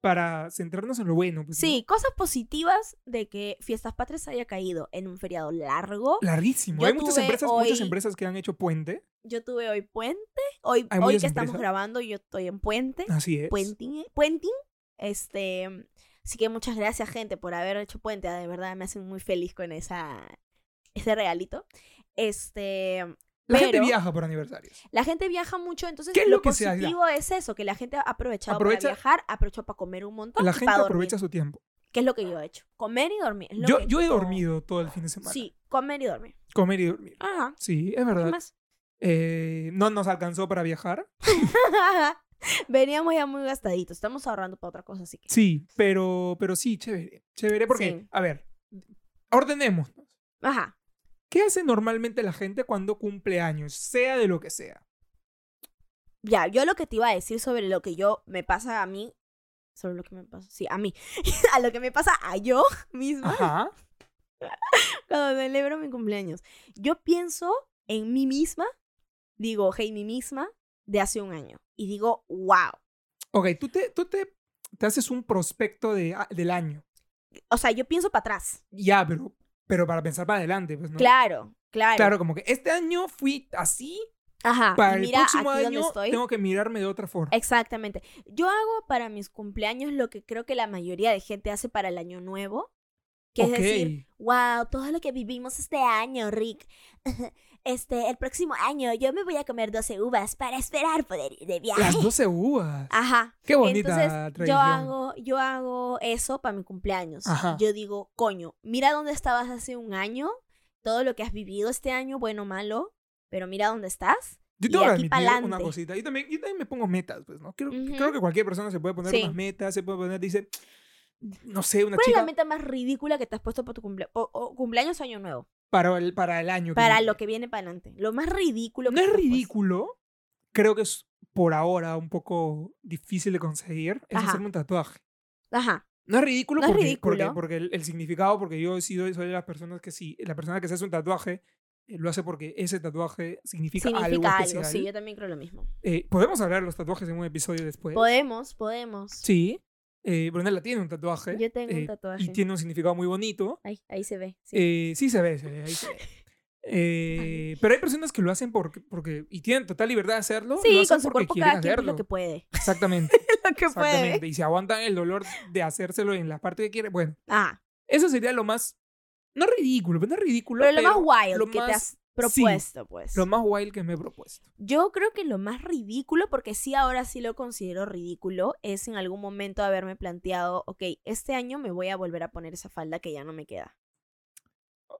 [SPEAKER 2] para centrarnos en lo bueno. pues, ¿no?
[SPEAKER 1] Sí, cosas positivas de que Fiestas Patrias haya caído en un feriado largo.
[SPEAKER 2] Larguísimo.
[SPEAKER 1] Yo
[SPEAKER 2] Hay muchas
[SPEAKER 1] tuve
[SPEAKER 2] empresas, muchas
[SPEAKER 1] hoy- ¿Eh?
[SPEAKER 2] empresas que han hecho puente.
[SPEAKER 1] Yo tuve hoy puente. Hoy,
[SPEAKER 2] Hay
[SPEAKER 1] hoy
[SPEAKER 2] muchas
[SPEAKER 1] que estamos
[SPEAKER 2] empresas.
[SPEAKER 1] grabando, yo estoy en puente.
[SPEAKER 2] Así es.
[SPEAKER 1] Puenting. Puenting. Este. Así que muchas gracias, gente, por haber hecho puente. Ah, De verdad me hacen muy feliz con esa, ese regalito. Este.
[SPEAKER 2] La gente
[SPEAKER 1] pero-
[SPEAKER 2] viaja por aniversarios.
[SPEAKER 1] La gente viaja mucho, entonces
[SPEAKER 2] ¿Qué es
[SPEAKER 1] lo,
[SPEAKER 2] lo que se hace?
[SPEAKER 1] positivo es eso, que la gente ha aprovechado
[SPEAKER 2] Aprovecha-
[SPEAKER 1] para viajar, aprovechó para comer un montón.
[SPEAKER 2] La
[SPEAKER 1] y
[SPEAKER 2] gente
[SPEAKER 1] para
[SPEAKER 2] aprovecha su tiempo.
[SPEAKER 1] dormir, que es lo que yo he hecho. Comer y dormir. es lo
[SPEAKER 2] Yo,
[SPEAKER 1] que
[SPEAKER 2] yo he
[SPEAKER 1] todo-
[SPEAKER 2] dormido todo el fin de semana.
[SPEAKER 1] Sí, comer y dormir.
[SPEAKER 2] Comer y dormir.
[SPEAKER 1] Ajá.
[SPEAKER 2] Sí, es
[SPEAKER 1] ¿Qué
[SPEAKER 2] verdad.
[SPEAKER 1] más?
[SPEAKER 2] Eh, no nos alcanzó para viajar.
[SPEAKER 1] Veníamos ya muy gastaditos. Estamos ahorrando para otra cosa, así que.
[SPEAKER 2] Sí, pero, pero sí, chévere. Chévere porque,
[SPEAKER 1] Sí.
[SPEAKER 2] a ver, ordenemos.
[SPEAKER 1] Ajá.
[SPEAKER 2] ¿Qué hace normalmente la gente cuando cumple años? Sea de lo que sea.
[SPEAKER 1] Ya, yo lo que te iba a decir sobre lo que yo me pasa a mí. Sobre lo que me pasa. Sí, a mí. a lo que me pasa a yo misma
[SPEAKER 2] Ajá.
[SPEAKER 1] cuando celebro mi cumpleaños. Yo pienso en mí misma. Digo, hey, mí misma de hace un año. Y digo, wow.
[SPEAKER 2] Ok, tú te, tú te, te haces un prospecto de, a- del año.
[SPEAKER 1] O sea, yo pienso para atrás.
[SPEAKER 2] Ya, pero, pero para pensar para adelante, pues, ¿no?
[SPEAKER 1] Claro, claro.
[SPEAKER 2] Claro, como que este año fui así,
[SPEAKER 1] Ajá. y
[SPEAKER 2] para el
[SPEAKER 1] mira
[SPEAKER 2] próximo
[SPEAKER 1] aquí donde
[SPEAKER 2] año
[SPEAKER 1] estoy.
[SPEAKER 2] tengo que mirarme de otra forma.
[SPEAKER 1] Exactamente. Yo hago para mis cumpleaños lo que creo que la mayoría de gente hace para el año nuevo, que
[SPEAKER 2] Ok.
[SPEAKER 1] es decir, wow, todo lo que vivimos este año, Rick. Este, el próximo año yo me voy a comer 12 uvas para esperar poder ir de viaje.
[SPEAKER 2] Las 12 uvas.
[SPEAKER 1] Ajá.
[SPEAKER 2] Qué bonita
[SPEAKER 1] Entonces,
[SPEAKER 2] tradición.
[SPEAKER 1] yo hago, yo hago eso para mi cumpleaños.
[SPEAKER 2] Ajá.
[SPEAKER 1] Yo digo, coño, mira dónde estabas hace un año, todo lo que has vivido este año, bueno o malo, pero mira dónde estás.
[SPEAKER 2] Yo
[SPEAKER 1] y
[SPEAKER 2] tengo que
[SPEAKER 1] aquí
[SPEAKER 2] admitir una
[SPEAKER 1] pa'lante.
[SPEAKER 2] cosita. Yo también, yo también me pongo metas, pues, ¿no? Creo,
[SPEAKER 1] Ujú.
[SPEAKER 2] creo que cualquier persona se puede poner
[SPEAKER 1] Sí.
[SPEAKER 2] unas metas, se puede poner, dice, no sé, una
[SPEAKER 1] ¿Cuál es
[SPEAKER 2] chica
[SPEAKER 1] la meta más ridícula que te has puesto para tu cumplea- o- o cumpleaños o año nuevo?
[SPEAKER 2] para, el, para el año.
[SPEAKER 1] Para
[SPEAKER 2] viene.
[SPEAKER 1] lo que viene para adelante. Lo más ridículo. que pues.
[SPEAKER 2] No
[SPEAKER 1] te
[SPEAKER 2] es
[SPEAKER 1] has puesto.
[SPEAKER 2] ridículo, creo que es por ahora un poco difícil de conseguir, es
[SPEAKER 1] Ajá.
[SPEAKER 2] hacerme un tatuaje.
[SPEAKER 1] Ajá.
[SPEAKER 2] No es ridículo,
[SPEAKER 1] No es
[SPEAKER 2] porque,
[SPEAKER 1] ridículo.
[SPEAKER 2] porque, porque el, el significado, porque yo he sido soy de las personas que sí, la persona que se hace un tatuaje eh, lo hace porque ese tatuaje significa, algo
[SPEAKER 1] Significa algo.
[SPEAKER 2] especial.
[SPEAKER 1] Sí, yo también creo lo mismo.
[SPEAKER 2] Eh, Podemos hablar de los tatuajes en un episodio después.
[SPEAKER 1] Podemos, podemos.
[SPEAKER 2] Sí. Eh, Brunella tiene un tatuaje.
[SPEAKER 1] Yo tengo
[SPEAKER 2] eh,
[SPEAKER 1] un tatuaje.
[SPEAKER 2] Y tiene un significado muy bonito.
[SPEAKER 1] Ahí, ahí se ve. sí.
[SPEAKER 2] Eh, Sí, se ve, se ve, ahí se ve. Eh, pero hay personas que lo hacen porque, porque y tienen total libertad de hacerlo. lo
[SPEAKER 1] Sí,
[SPEAKER 2] hacen
[SPEAKER 1] con su
[SPEAKER 2] porque
[SPEAKER 1] cuerpo
[SPEAKER 2] quieren
[SPEAKER 1] cada quien pues,
[SPEAKER 2] hacerlo.
[SPEAKER 1] lo que puede.
[SPEAKER 2] Exactamente,
[SPEAKER 1] Lo que
[SPEAKER 2] exactamente.
[SPEAKER 1] puede.
[SPEAKER 2] Y se aguantan el dolor de hacérselo en la parte que quieren. Bueno,
[SPEAKER 1] Ah,
[SPEAKER 2] eso sería lo más, no ridículo, pero no ridículo.
[SPEAKER 1] pero lo más wild
[SPEAKER 2] lo
[SPEAKER 1] que te
[SPEAKER 2] más-
[SPEAKER 1] has propuesto, pues.
[SPEAKER 2] lo más wild que me he propuesto.
[SPEAKER 1] Yo creo que lo más ridículo, porque sí ahora sí lo considero ridículo, es en algún momento haberme planteado, ok, este año me voy a volver a poner esa falda que ya no me queda.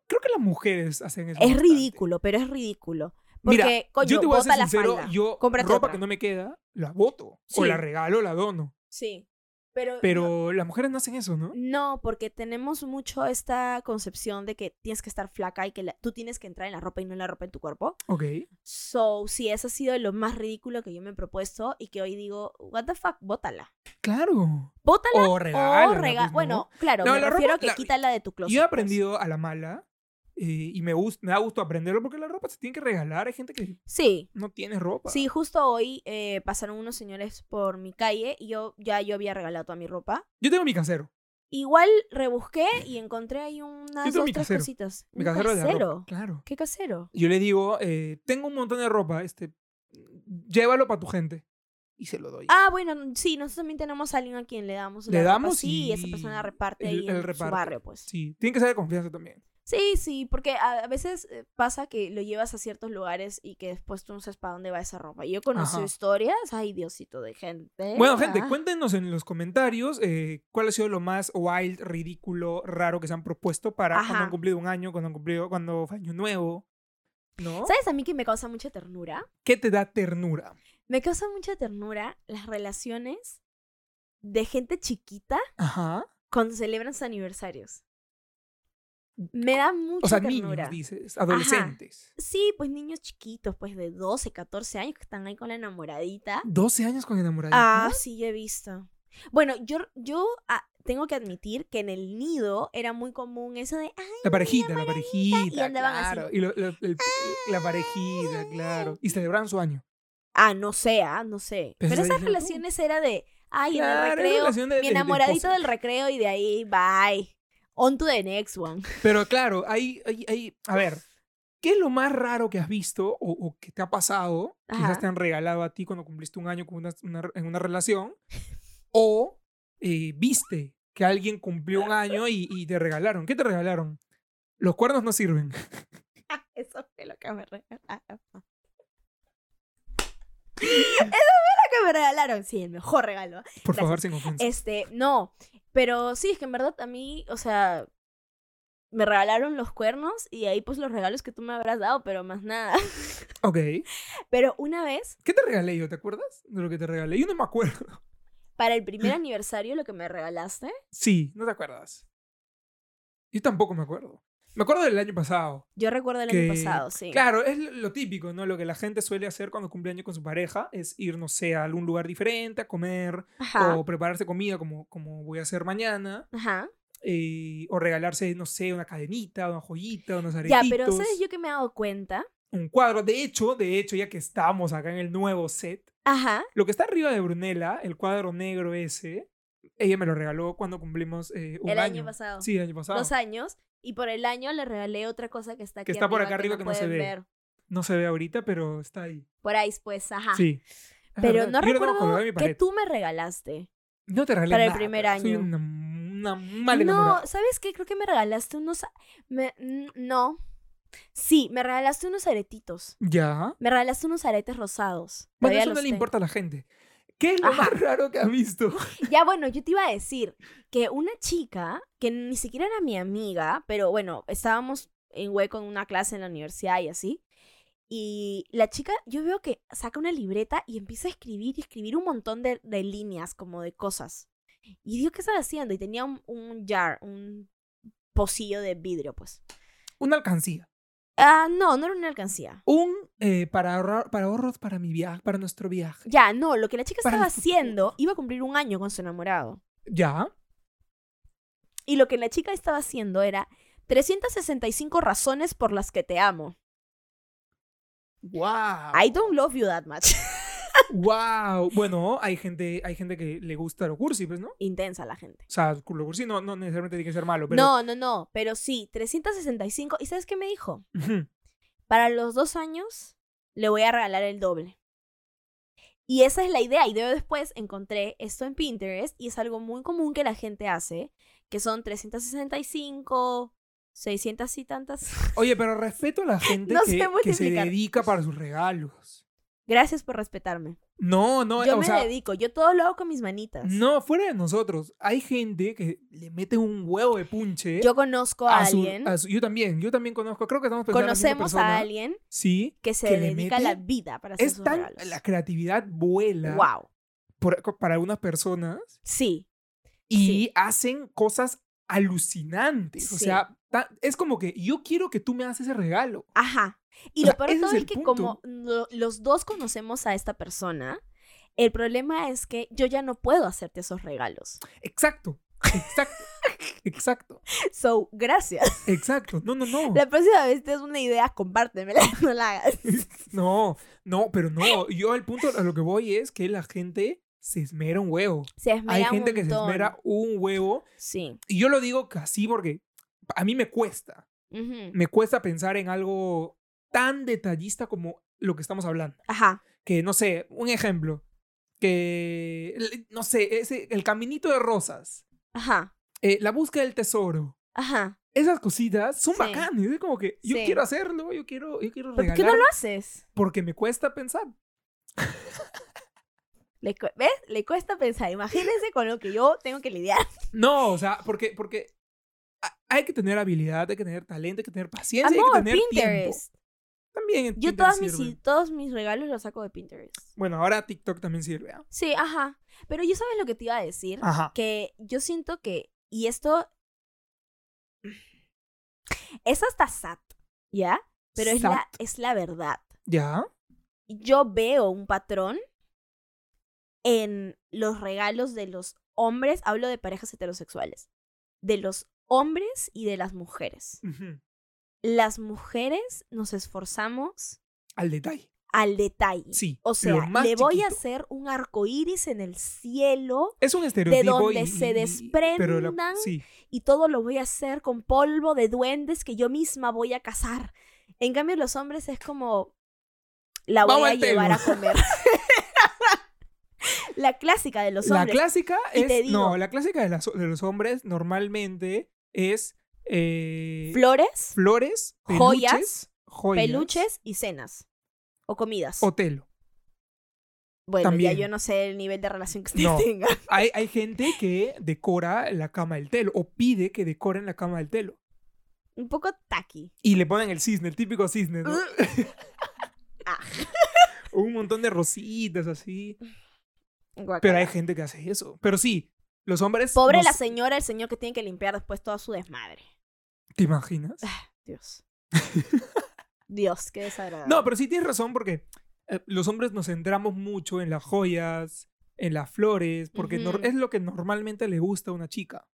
[SPEAKER 2] Creo que las mujeres hacen eso.
[SPEAKER 1] Es
[SPEAKER 2] bastante.
[SPEAKER 1] ridículo, pero es ridículo. Porque,
[SPEAKER 2] Mira,
[SPEAKER 1] coño,
[SPEAKER 2] yo te voy a
[SPEAKER 1] bota
[SPEAKER 2] ser
[SPEAKER 1] la
[SPEAKER 2] sincero,
[SPEAKER 1] falda.
[SPEAKER 2] yo
[SPEAKER 1] Cómprate
[SPEAKER 2] ropa
[SPEAKER 1] otra.
[SPEAKER 2] que no me queda, la voto.
[SPEAKER 1] Sí.
[SPEAKER 2] O la regalo, la dono.
[SPEAKER 1] Sí. Pero,
[SPEAKER 2] Pero las mujeres no hacen eso, ¿no?
[SPEAKER 1] No, porque tenemos mucho esta concepción de que tienes que estar flaca y que la- tú tienes que entrar en la ropa y no en la ropa en tu cuerpo.
[SPEAKER 2] Ok.
[SPEAKER 1] So, sí, eso ha sido lo más ridículo que yo me he propuesto y que hoy digo, what the fuck, bótala.
[SPEAKER 2] Claro.
[SPEAKER 1] Bótala
[SPEAKER 2] O
[SPEAKER 1] o
[SPEAKER 2] regalo. pues,
[SPEAKER 1] rega... Bueno, claro,
[SPEAKER 2] No,
[SPEAKER 1] me
[SPEAKER 2] la ropa-
[SPEAKER 1] refiero a que
[SPEAKER 2] la-
[SPEAKER 1] quítala de tu closet.
[SPEAKER 2] Yo he
[SPEAKER 1] pues.
[SPEAKER 2] aprendido a la mala eh, y me, gus- me da gusto aprenderlo porque la ropa se tiene que regalar. Hay gente que
[SPEAKER 1] Sí.
[SPEAKER 2] no tiene ropa.
[SPEAKER 1] Sí, justo hoy eh, pasaron unos señores por mi calle y yo ya yo había regalado toda mi ropa.
[SPEAKER 2] Yo tengo mi casero.
[SPEAKER 1] Igual rebusqué y encontré ahí unas
[SPEAKER 2] tengo
[SPEAKER 1] dos,
[SPEAKER 2] mi
[SPEAKER 1] tres
[SPEAKER 2] casero.
[SPEAKER 1] cositas.
[SPEAKER 2] Mi
[SPEAKER 1] ¿Un
[SPEAKER 2] casero, de la ropa.
[SPEAKER 1] casero?
[SPEAKER 2] Claro.
[SPEAKER 1] ¿Qué casero?
[SPEAKER 2] Yo le digo, eh, tengo un montón de ropa, este, llévalo para tu gente. Y se lo doy.
[SPEAKER 1] Ah, bueno, n- sí, nosotros también tenemos a alguien a quien le damos.
[SPEAKER 2] Le
[SPEAKER 1] la ropa,
[SPEAKER 2] damos
[SPEAKER 1] sí,
[SPEAKER 2] y
[SPEAKER 1] esa persona reparte
[SPEAKER 2] él-
[SPEAKER 1] ahí en
[SPEAKER 2] él
[SPEAKER 1] su
[SPEAKER 2] reparte.
[SPEAKER 1] barrio, pues. Sí,
[SPEAKER 2] Sí, tiene que ser de confianza también.
[SPEAKER 1] sí, porque a, a veces eh, pasa que lo llevas a ciertos lugares y que después tú no sabes para dónde va esa ropa. Y Yo conocí
[SPEAKER 2] Ajá.
[SPEAKER 1] historias, ay, Diosito, de gente.
[SPEAKER 2] Bueno, gente,
[SPEAKER 1] ah.
[SPEAKER 2] cuéntenos en los comentarios eh, cuál ha sido lo más wild, ridículo, raro que se han propuesto para
[SPEAKER 1] Ajá.
[SPEAKER 2] cuando han cumplido un año, cuando han cumplido, cuando fue año nuevo. ¿No?
[SPEAKER 1] ¿Sabes a mí que me causa mucha ternura?
[SPEAKER 2] ¿Qué te da ternura?
[SPEAKER 1] Me causa mucha ternura las relaciones de gente chiquita
[SPEAKER 2] Ajá.
[SPEAKER 1] cuando celebran sus aniversarios. Me da mucha
[SPEAKER 2] O sea,
[SPEAKER 1] ternura.
[SPEAKER 2] niños, dices, adolescentes.
[SPEAKER 1] Sí, pues niños chiquitos, pues de 12, 14 años que están ahí con la enamoradita.
[SPEAKER 2] 12 años con enamoraditas.
[SPEAKER 1] Ah, sí, yo he visto. Bueno, yo, yo ah, tengo que admitir que en el nido era muy común eso de, ay,
[SPEAKER 2] la parejita, la
[SPEAKER 1] y
[SPEAKER 2] parejita.
[SPEAKER 1] andaban así.
[SPEAKER 2] claro. Y lo- lo- el- la parejita, claro. Y celebraban su año.
[SPEAKER 1] ah, no sé, ah, no sé.
[SPEAKER 2] Pero
[SPEAKER 1] Pero,
[SPEAKER 2] eso
[SPEAKER 1] esas
[SPEAKER 2] dije, ¿no?
[SPEAKER 1] relaciones era de, ay, en el
[SPEAKER 2] Claro, es
[SPEAKER 1] recreo,
[SPEAKER 2] relación de-
[SPEAKER 1] mi
[SPEAKER 2] del- del
[SPEAKER 1] enamoradito
[SPEAKER 2] pose.
[SPEAKER 1] del recreo y de ahí, bye. On to the next one.
[SPEAKER 2] Pero claro, hay, hay, hay- a ver, ¿qué es lo más raro que has visto o, o que te ha pasado? Quizás
[SPEAKER 1] Ajá.
[SPEAKER 2] te han regalado a ti cuando cumpliste un año con una- una- en una relación. O eh, viste que alguien cumplió un año y, y te regalaron. ¿Qué te regalaron? Los cuernos no sirven.
[SPEAKER 1] Eso fue lo que me ah, regalaron. Eso fue lo que me regalaron. Sí, el mejor regalo.
[SPEAKER 2] Por
[SPEAKER 1] Gracias.
[SPEAKER 2] favor, sin ofensa.
[SPEAKER 1] Este, no, pero sí, es que en verdad a mí, o sea, me regalaron los cuernos y ahí pues los regalos que tú me habrás dado, pero más nada.
[SPEAKER 2] Ok.
[SPEAKER 1] Pero una vez,
[SPEAKER 2] ¿Qué te regalé yo? ¿Te acuerdas de lo que te regalé? Yo no me acuerdo.
[SPEAKER 1] para el primer aniversario, lo que me regalaste,
[SPEAKER 2] Sí, no te acuerdas. Yo tampoco me acuerdo. Me acuerdo del año pasado.
[SPEAKER 1] yo recuerdo el
[SPEAKER 2] que-
[SPEAKER 1] año pasado, sí.
[SPEAKER 2] Claro, es lo- lo típico, ¿no? Lo que la gente suele hacer cuando cumple años con su pareja es ir, no sé, a algún lugar diferente, a comer
[SPEAKER 1] Ajá.
[SPEAKER 2] o prepararse comida como, como voy a hacer mañana.
[SPEAKER 1] Ajá.
[SPEAKER 2] eh, o regalarse, no sé, una cadenita, una joyita, unos
[SPEAKER 1] Ya,
[SPEAKER 2] aretitos,
[SPEAKER 1] pero ¿sabes yo que me he dado cuenta?
[SPEAKER 2] un cuadro. De hecho, de hecho, ya que estamos acá en el nuevo set,
[SPEAKER 1] Ajá.
[SPEAKER 2] lo que está arriba de Brunella, el cuadro negro ese, ella me lo regaló cuando cumplimos eh, un
[SPEAKER 1] El año pasado.
[SPEAKER 2] Sí, el año pasado.
[SPEAKER 1] Dos años. Y por el año le regalé otra cosa que está aquí
[SPEAKER 2] Que está por acá arriba que no se
[SPEAKER 1] pueden
[SPEAKER 2] ve.
[SPEAKER 1] ver.
[SPEAKER 2] No se ve ahorita, pero está ahí.
[SPEAKER 1] Por ahí, pues, ajá.
[SPEAKER 2] Sí. Es
[SPEAKER 1] Pero
[SPEAKER 2] verdad.
[SPEAKER 1] no
[SPEAKER 2] Yo lo tengo colgado
[SPEAKER 1] recuerdo
[SPEAKER 2] en mi
[SPEAKER 1] que
[SPEAKER 2] pared.
[SPEAKER 1] tú me regalaste.
[SPEAKER 2] No te regalé
[SPEAKER 1] Para el
[SPEAKER 2] nada,
[SPEAKER 1] primer
[SPEAKER 2] pero Soy
[SPEAKER 1] año.
[SPEAKER 2] una, una mala enamorada.
[SPEAKER 1] No, ¿sabes qué? Creo que me regalaste unos... me- n- No. Sí, me regalaste unos aretitos.
[SPEAKER 2] Ya.
[SPEAKER 1] Me regalaste unos aretes rosados.
[SPEAKER 2] Bueno,
[SPEAKER 1] Todavía
[SPEAKER 2] eso no
[SPEAKER 1] los
[SPEAKER 2] le
[SPEAKER 1] tengo.
[SPEAKER 2] importa a la gente. ¿Qué es lo
[SPEAKER 1] Ajá.
[SPEAKER 2] más raro que has visto?
[SPEAKER 1] Ya, bueno, yo te iba a decir que una chica, que ni siquiera era mi amiga, pero bueno, estábamos en hueco en una clase en la universidad y así. Y la chica, yo veo que saca una libreta y empieza a escribir y escribir un montón de, de líneas, como de cosas. Y digo, ¿qué estaba haciendo? Y tenía un, un jar, un pocillo de vidrio, pues.
[SPEAKER 2] Una alcancía.
[SPEAKER 1] Ah, no, no era una alcancía.
[SPEAKER 2] Un eh, para, ahorrar, para ahorros para mi viaje, para nuestro viaje.
[SPEAKER 1] Ya, no, lo que la chica
[SPEAKER 2] Para
[SPEAKER 1] estaba
[SPEAKER 2] el futuro.
[SPEAKER 1] haciendo, iba a cumplir un año con su enamorado.
[SPEAKER 2] Ya.
[SPEAKER 1] Y lo que la chica estaba haciendo era 365 razones por las que te amo.
[SPEAKER 2] Wow.
[SPEAKER 1] I don't love you that much.
[SPEAKER 2] Wow. Bueno, hay gente, hay gente que le gusta lo cursi, pues, ¿no? O
[SPEAKER 1] Intensa la gente.
[SPEAKER 2] sea, lo cursi no, no necesariamente tiene que ser malo, pero.
[SPEAKER 1] No, no, no, pero sí, 365. ¿Y sabes qué me dijo?
[SPEAKER 2] Ujú.
[SPEAKER 1] Para los dos años le voy a regalar el doble. Y esa es la idea. Y yo después encontré esto en Pinterest y es algo muy común que la gente hace, que son 365, 600 y tantas.
[SPEAKER 2] Oye, pero respeto a la gente
[SPEAKER 1] No sé
[SPEAKER 2] que, que se
[SPEAKER 1] multiplicar.
[SPEAKER 2] dedica para sus regalos.
[SPEAKER 1] Gracias por respetarme.
[SPEAKER 2] No, no,
[SPEAKER 1] Yo
[SPEAKER 2] o
[SPEAKER 1] me
[SPEAKER 2] sea,
[SPEAKER 1] dedico, yo todo lo hago con mis manitas.
[SPEAKER 2] no, fuera de nosotros. Hay gente que le mete un huevo de punche.
[SPEAKER 1] Yo conozco a,
[SPEAKER 2] eh, a su-
[SPEAKER 1] alguien,
[SPEAKER 2] a su- yo también, yo también conozco. Creo que estamos pensando en la misma
[SPEAKER 1] conocemos
[SPEAKER 2] persona.
[SPEAKER 1] a alguien
[SPEAKER 2] Sí.
[SPEAKER 1] que se
[SPEAKER 2] que le
[SPEAKER 1] dedica
[SPEAKER 2] mete-
[SPEAKER 1] la vida para hacer
[SPEAKER 2] Es
[SPEAKER 1] sus
[SPEAKER 2] tan.
[SPEAKER 1] regalos.
[SPEAKER 2] La creatividad vuela
[SPEAKER 1] Wow.
[SPEAKER 2] por- para algunas personas
[SPEAKER 1] Sí,
[SPEAKER 2] y
[SPEAKER 1] Sí.
[SPEAKER 2] hacen cosas alucinantes. O
[SPEAKER 1] Sí.
[SPEAKER 2] sea, ta- es como que yo quiero que tú me hagas ese regalo.
[SPEAKER 1] Ajá. Y lo
[SPEAKER 2] O sea,
[SPEAKER 1] peor de
[SPEAKER 2] ese
[SPEAKER 1] todo
[SPEAKER 2] es
[SPEAKER 1] es,
[SPEAKER 2] el
[SPEAKER 1] que
[SPEAKER 2] punto.
[SPEAKER 1] como lo- los dos conocemos a esta persona, el problema es que yo ya no puedo hacerte esos regalos.
[SPEAKER 2] Exacto, exacto, exacto,
[SPEAKER 1] So, gracias.
[SPEAKER 2] exacto. No, no, no.
[SPEAKER 1] La próxima vez te es una idea, compártemela, no la hagas.
[SPEAKER 2] No, no, pero no. Yo al punto a lo que voy es que la gente se esmera un huevo.
[SPEAKER 1] Se esmera
[SPEAKER 2] Hay
[SPEAKER 1] un
[SPEAKER 2] gente que se
[SPEAKER 1] montón.
[SPEAKER 2] esmera un huevo.
[SPEAKER 1] Sí.
[SPEAKER 2] Y yo lo digo casi porque a mí me cuesta.
[SPEAKER 1] Ujú.
[SPEAKER 2] Me cuesta pensar en algo tan detallista como lo que estamos hablando.
[SPEAKER 1] Ajá.
[SPEAKER 2] que no sé, un ejemplo, que el- no sé, ese, el caminito de rosas,
[SPEAKER 1] Ajá.
[SPEAKER 2] eh, la búsqueda del tesoro,
[SPEAKER 1] Ajá.
[SPEAKER 2] esas cositas son
[SPEAKER 1] Sí.
[SPEAKER 2] bacanas, es como que yo
[SPEAKER 1] Sí.
[SPEAKER 2] quiero hacerlo, yo quiero, yo quiero
[SPEAKER 1] ¿Pero por
[SPEAKER 2] regalar,
[SPEAKER 1] qué no lo haces?
[SPEAKER 2] porque me cuesta pensar.
[SPEAKER 1] Le cu- ¿Ves? Le cuesta pensar. Imagínense con lo que yo tengo que lidiar.
[SPEAKER 2] No, o sea, porque, porque ha- hay que tener habilidad, hay que tener talento, hay que tener paciencia, hay
[SPEAKER 1] Amor,
[SPEAKER 2] que tener tiempo.
[SPEAKER 1] Pinterest.
[SPEAKER 2] También en
[SPEAKER 1] Yo
[SPEAKER 2] Pinterest
[SPEAKER 1] todas mis,
[SPEAKER 2] sirve.
[SPEAKER 1] todos mis regalos los saco de Pinterest.
[SPEAKER 2] Bueno, ahora TikTok también sirve. ¿ah?
[SPEAKER 1] Sí, ajá. Pero yo sabes lo que te iba a decir.
[SPEAKER 2] Ajá.
[SPEAKER 1] que yo siento que, y esto es hasta sad, ¿ya? Pero es la,
[SPEAKER 2] Sat.
[SPEAKER 1] es la verdad.
[SPEAKER 2] Ya.
[SPEAKER 1] Yo veo un patrón en los regalos de los hombres, hablo de parejas heterosexuales, de los hombres y de las mujeres.
[SPEAKER 2] Ujú.
[SPEAKER 1] Las mujeres nos esforzamos
[SPEAKER 2] Al detalle.
[SPEAKER 1] al detalle.
[SPEAKER 2] Sí.
[SPEAKER 1] O
[SPEAKER 2] lo
[SPEAKER 1] sea,
[SPEAKER 2] más
[SPEAKER 1] le voy a
[SPEAKER 2] chiquito.
[SPEAKER 1] hacer un arco iris en el cielo
[SPEAKER 2] Es un estereotipo.
[SPEAKER 1] donde
[SPEAKER 2] y-
[SPEAKER 1] se
[SPEAKER 2] y- y- pero la-
[SPEAKER 1] desprendan
[SPEAKER 2] sí.
[SPEAKER 1] y todo lo voy a hacer con polvo de duendes que yo misma voy a cazar. En cambio, los hombres es como la voy
[SPEAKER 2] Vamos
[SPEAKER 1] a
[SPEAKER 2] al
[SPEAKER 1] llevar
[SPEAKER 2] tema.
[SPEAKER 1] a comer. la clásica de los
[SPEAKER 2] la
[SPEAKER 1] hombres.
[SPEAKER 2] clásica
[SPEAKER 1] Y
[SPEAKER 2] es
[SPEAKER 1] te digo-
[SPEAKER 2] no la clásica de, las- de los hombres normalmente es eh,
[SPEAKER 1] Flores,
[SPEAKER 2] flores peluches,
[SPEAKER 1] joyas,
[SPEAKER 2] joyas,
[SPEAKER 1] peluches y cenas. O comidas.
[SPEAKER 2] hotel
[SPEAKER 1] bueno,
[SPEAKER 2] también.
[SPEAKER 1] ya yo no sé el nivel de relación que ustedes
[SPEAKER 2] No.
[SPEAKER 1] tengan.
[SPEAKER 2] hay, hay gente que decora la cama del telo o pide que decoren la cama del telo
[SPEAKER 1] Un poco taqui.
[SPEAKER 2] y le ponen el cisne el típico cisne ¿no?
[SPEAKER 1] Ah.
[SPEAKER 2] un montón de rositas así pero hay gente que hace eso pero sí los hombres
[SPEAKER 1] Pobre la
[SPEAKER 2] nos-
[SPEAKER 1] señora, el señor que tiene que limpiar después toda su desmadre.
[SPEAKER 2] te imaginas
[SPEAKER 1] Ah. Dios. Dios, qué desagradable.
[SPEAKER 2] No, pero sí tienes razón porque eh, los hombres nos centramos mucho en las joyas, en las flores, porque nor-
[SPEAKER 1] Ujú.
[SPEAKER 2] es lo que normalmente le gusta a una chica.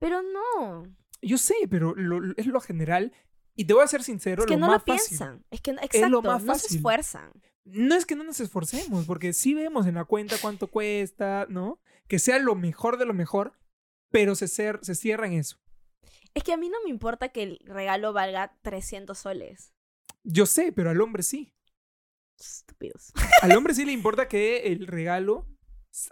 [SPEAKER 1] Pero no.
[SPEAKER 2] Yo sé, pero lo- lo- es lo general. Y te voy a ser sincero,
[SPEAKER 1] Es que
[SPEAKER 2] lo
[SPEAKER 1] no
[SPEAKER 2] más
[SPEAKER 1] lo
[SPEAKER 2] fácil.
[SPEAKER 1] piensan. Es que, no- exacto,
[SPEAKER 2] más
[SPEAKER 1] no se
[SPEAKER 2] fácil.
[SPEAKER 1] esfuerzan.
[SPEAKER 2] No es que no nos esforcemos, porque sí vemos en la cuenta cuánto cuesta, ¿no? Que sea lo mejor de lo mejor, pero se, cer- se cierra en eso.
[SPEAKER 1] Es que a mí no me importa que el regalo valga 300 soles.
[SPEAKER 2] Yo sé, pero al hombre sí.
[SPEAKER 1] Estúpidos.
[SPEAKER 2] Al hombre sí le importa que el regalo,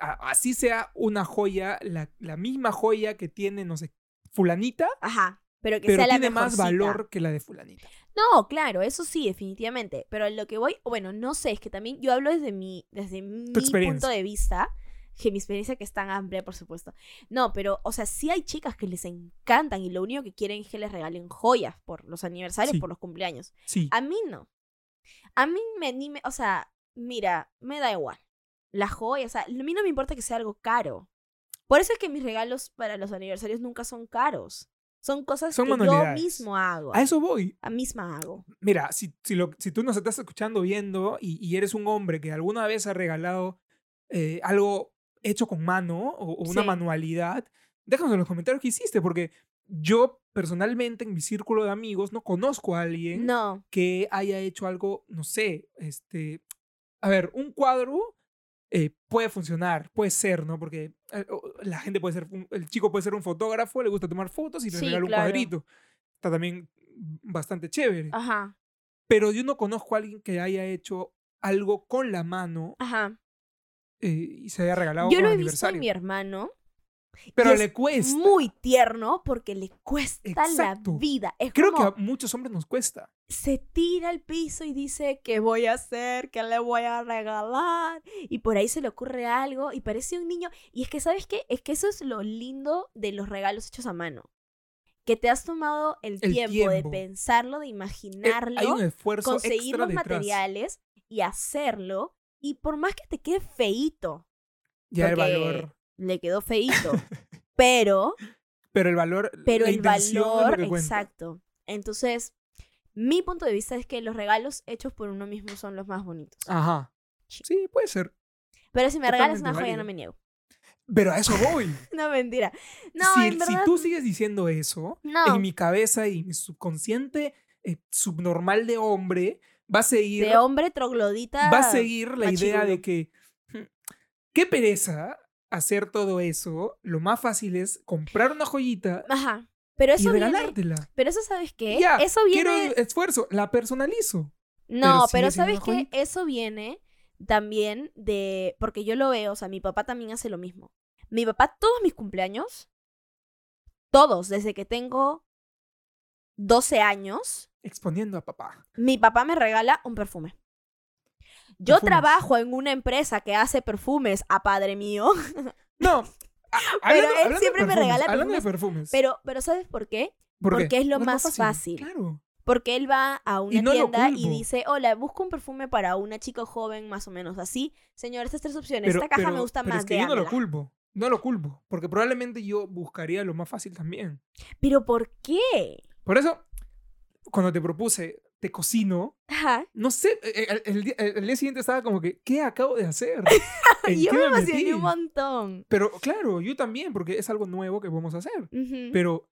[SPEAKER 2] a- así sea una joya, la, la misma joya que tiene, no sé, fulanita,
[SPEAKER 1] Ajá. Pero que
[SPEAKER 2] pero
[SPEAKER 1] sea la
[SPEAKER 2] tiene más
[SPEAKER 1] mejorcita.
[SPEAKER 2] valor que la de fulanita.
[SPEAKER 1] No, claro, eso sí, definitivamente. Pero a lo que voy, bueno, no sé, es que también yo hablo desde mi, desde mi punto
[SPEAKER 2] experiencia.
[SPEAKER 1] de vista, que mi experiencia que es tan amplia, por supuesto. No, pero, o sea, sí hay chicas que les encantan y lo único que quieren es que les regalen joyas por los aniversarios,
[SPEAKER 2] Sí.
[SPEAKER 1] por los cumpleaños.
[SPEAKER 2] Sí.
[SPEAKER 1] A mí no. A mí me, ni me- o sea, mira, me da igual. La joya, o sea, a mí no me importa que sea algo caro. Por eso es que mis regalos para los aniversarios nunca son caros. Son cosas
[SPEAKER 2] Son
[SPEAKER 1] que yo
[SPEAKER 2] manualidades.
[SPEAKER 1] mismo hago.
[SPEAKER 2] A eso voy.
[SPEAKER 1] A misma hago.
[SPEAKER 2] Mira, si, si, lo- si tú nos estás escuchando, viendo y, y eres un hombre que alguna vez ha regalado eh, algo hecho con mano o, o una
[SPEAKER 1] Sí.
[SPEAKER 2] manualidad, déjanos en los comentarios qué hiciste, porque yo personalmente en mi círculo de amigos no conozco a alguien
[SPEAKER 1] No,
[SPEAKER 2] que haya hecho algo, no sé, este, a ver, un cuadro eh, puede funcionar, puede ser, ¿no? Porque eh, o- la gente puede ser, un- el chico puede ser un fotógrafo, le gusta tomar fotos y le
[SPEAKER 1] Sí,
[SPEAKER 2] regala un
[SPEAKER 1] claro.
[SPEAKER 2] cuadrito. Está también bastante chévere.
[SPEAKER 1] ajá.
[SPEAKER 2] Pero yo no conozco a alguien que haya hecho algo con la mano
[SPEAKER 1] Ajá.
[SPEAKER 2] eh, y se haya regalado
[SPEAKER 1] Yo
[SPEAKER 2] por
[SPEAKER 1] lo he visto en
[SPEAKER 2] aniversario.
[SPEAKER 1] mi hermano.
[SPEAKER 2] Pero
[SPEAKER 1] es
[SPEAKER 2] le cuesta.
[SPEAKER 1] Muy tierno porque le cuesta
[SPEAKER 2] Exacto.
[SPEAKER 1] la vida. Es
[SPEAKER 2] Creo
[SPEAKER 1] como
[SPEAKER 2] que a muchos hombres nos cuesta.
[SPEAKER 1] se tira al piso y dice, ¿qué voy a hacer? ¿Qué le voy a regalar? Y por ahí se le ocurre algo y parece un niño. Y es que, ¿sabes qué? Es que eso es lo lindo de los regalos hechos a mano. Que te has tomado el,
[SPEAKER 2] El
[SPEAKER 1] tiempo, de
[SPEAKER 2] tiempo.
[SPEAKER 1] pensarlo, de
[SPEAKER 2] Eh,
[SPEAKER 1] imaginarlo.
[SPEAKER 2] Hay un esfuerzo
[SPEAKER 1] conseguir
[SPEAKER 2] extra
[SPEAKER 1] los
[SPEAKER 2] detrás.
[SPEAKER 1] materiales y hacerlo. Y por más que te quede feíto,
[SPEAKER 2] Ya el
[SPEAKER 1] porque-
[SPEAKER 2] valor.
[SPEAKER 1] le quedó feíto. pero,
[SPEAKER 2] Pero el valor.
[SPEAKER 1] pero
[SPEAKER 2] la
[SPEAKER 1] el
[SPEAKER 2] intención es lo
[SPEAKER 1] valor,
[SPEAKER 2] que cuenta.
[SPEAKER 1] exacto. Entonces, mi punto de vista es que los regalos hechos por uno mismo son los más bonitos.
[SPEAKER 2] Ajá. Sí, puede ser.
[SPEAKER 1] pero si me regalas una
[SPEAKER 2] totalmente
[SPEAKER 1] joya,
[SPEAKER 2] válido.
[SPEAKER 1] no me niego.
[SPEAKER 2] Pero a eso voy.
[SPEAKER 1] No, mentira. No,
[SPEAKER 2] si,
[SPEAKER 1] en
[SPEAKER 2] si
[SPEAKER 1] verdad.
[SPEAKER 2] tú sigues diciendo eso,
[SPEAKER 1] no,
[SPEAKER 2] en mi cabeza y mi subconsciente eh, subnormal de hombre va a seguir,
[SPEAKER 1] de hombre troglodita.
[SPEAKER 2] va a seguir la idea
[SPEAKER 1] machirulo.
[SPEAKER 2] de que "Hmm, qué pereza hacer todo eso. Lo más fácil es comprar una joyita
[SPEAKER 1] Ajá. Pero
[SPEAKER 2] y
[SPEAKER 1] eso viene.
[SPEAKER 2] regalártela.
[SPEAKER 1] Pero eso, ¿sabes qué?
[SPEAKER 2] Ya,
[SPEAKER 1] eso viene.
[SPEAKER 2] Quiero esfuerzo, la personalizo.
[SPEAKER 1] No,
[SPEAKER 2] sigue
[SPEAKER 1] pero,
[SPEAKER 2] siendo
[SPEAKER 1] ¿sabes
[SPEAKER 2] una
[SPEAKER 1] qué?
[SPEAKER 2] joyita.
[SPEAKER 1] Eso viene también de... Porque yo lo veo, o sea, mi papá también hace lo mismo. Mi papá todos mis cumpleaños, todos, desde que tengo 12 años,
[SPEAKER 2] Exponiendo a papá.
[SPEAKER 1] mi papá me regala un perfume. Yo
[SPEAKER 2] Perfumes.
[SPEAKER 1] trabajo en una empresa que hace perfumes a padre mío,
[SPEAKER 2] No. a- hablando-
[SPEAKER 1] él
[SPEAKER 2] hablando de
[SPEAKER 1] siempre me
[SPEAKER 2] perfumes,
[SPEAKER 1] regala
[SPEAKER 2] Hablando de perfumes.
[SPEAKER 1] pero, pero ¿sabes por qué?
[SPEAKER 2] ¿Por qué?
[SPEAKER 1] porque es lo más fácil.
[SPEAKER 2] Claro.
[SPEAKER 1] Porque él va a una
[SPEAKER 2] Y no lo
[SPEAKER 1] tienda y
[SPEAKER 2] culpo.
[SPEAKER 1] dice, hola, busco un perfume para una chica joven, más o menos así. Señor, estas tres opciones.
[SPEAKER 2] Pero,
[SPEAKER 1] Esta caja me
[SPEAKER 2] pero-
[SPEAKER 1] gusta
[SPEAKER 2] pero
[SPEAKER 1] más.
[SPEAKER 2] Es que yo no lo
[SPEAKER 1] véamela".
[SPEAKER 2] culpo. No lo culpo. Porque probablemente yo buscaría lo más fácil también.
[SPEAKER 1] Pero ¿por qué?
[SPEAKER 2] Por eso, cuando te propuse, te cocino,
[SPEAKER 1] Ajá.
[SPEAKER 2] no sé, eh, eh, el, el día- el- el día siguiente estaba como que, ¿qué acabo de hacer? ¿En
[SPEAKER 1] Yo
[SPEAKER 2] qué
[SPEAKER 1] me
[SPEAKER 2] metí?".
[SPEAKER 1] emocioné un montón.
[SPEAKER 2] Pero claro, yo también, porque es algo nuevo que vamos a hacer.
[SPEAKER 1] Ujú.
[SPEAKER 2] Pero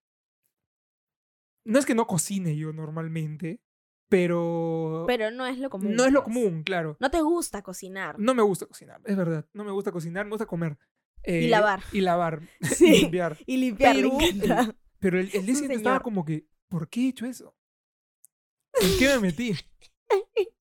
[SPEAKER 2] no es que no cocine yo normalmente, pero,
[SPEAKER 1] Pero no es lo común.
[SPEAKER 2] no es lo
[SPEAKER 1] pues. Ah.
[SPEAKER 2] común, Mm, claro.
[SPEAKER 1] No te gusta cocinar.
[SPEAKER 2] No me gusta cocinar, es verdad. No me gusta cocinar, me gusta comer. eh,
[SPEAKER 1] lavar.
[SPEAKER 2] Y lavar.
[SPEAKER 1] Sí.
[SPEAKER 2] Y limpiar.
[SPEAKER 1] Y limpiar le
[SPEAKER 2] Pero-
[SPEAKER 1] encanta.
[SPEAKER 2] Pero el, el día
[SPEAKER 1] un
[SPEAKER 2] siguiente estaba
[SPEAKER 1] señor.
[SPEAKER 2] como que, ¿por qué he hecho eso? ¿En qué me metí?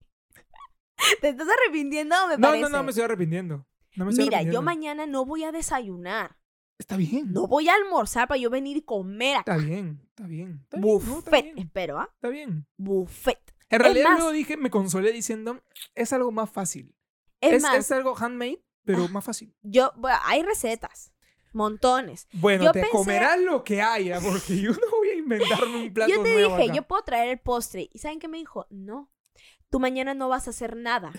[SPEAKER 1] ¿Te estás arrepintiendo o me
[SPEAKER 2] No,
[SPEAKER 1] parece?
[SPEAKER 2] no, no, me estoy arrepintiendo. No me estoy
[SPEAKER 1] Mira, yo
[SPEAKER 2] arrepintiendo.
[SPEAKER 1] mañana no voy a desayunar.
[SPEAKER 2] Está bien.
[SPEAKER 1] No voy a almorzar para yo venir y comer acá.
[SPEAKER 2] Está bien, está bien. Está bien, no, está
[SPEAKER 1] Buffet,
[SPEAKER 2] bien,
[SPEAKER 1] espero, ¿ah?
[SPEAKER 2] está bien.
[SPEAKER 1] Buffet.
[SPEAKER 2] En realidad
[SPEAKER 1] más-
[SPEAKER 2] luego dije, me consolé diciendo, es algo más fácil.
[SPEAKER 1] Es,
[SPEAKER 2] Es,
[SPEAKER 1] más, Ah.
[SPEAKER 2] es algo handmade, pero más fácil.
[SPEAKER 1] yo, bueno, hay recetas. Montones.
[SPEAKER 2] Bueno,
[SPEAKER 1] yo
[SPEAKER 2] te
[SPEAKER 1] pensé-
[SPEAKER 2] comerás lo que haya, porque yo no voy a inventarme un plato
[SPEAKER 1] yo te
[SPEAKER 2] nuevo
[SPEAKER 1] dije,
[SPEAKER 2] acá.
[SPEAKER 1] yo puedo traer el postre. ¿Y saben qué me dijo? No, tú mañana no vas a hacer nada.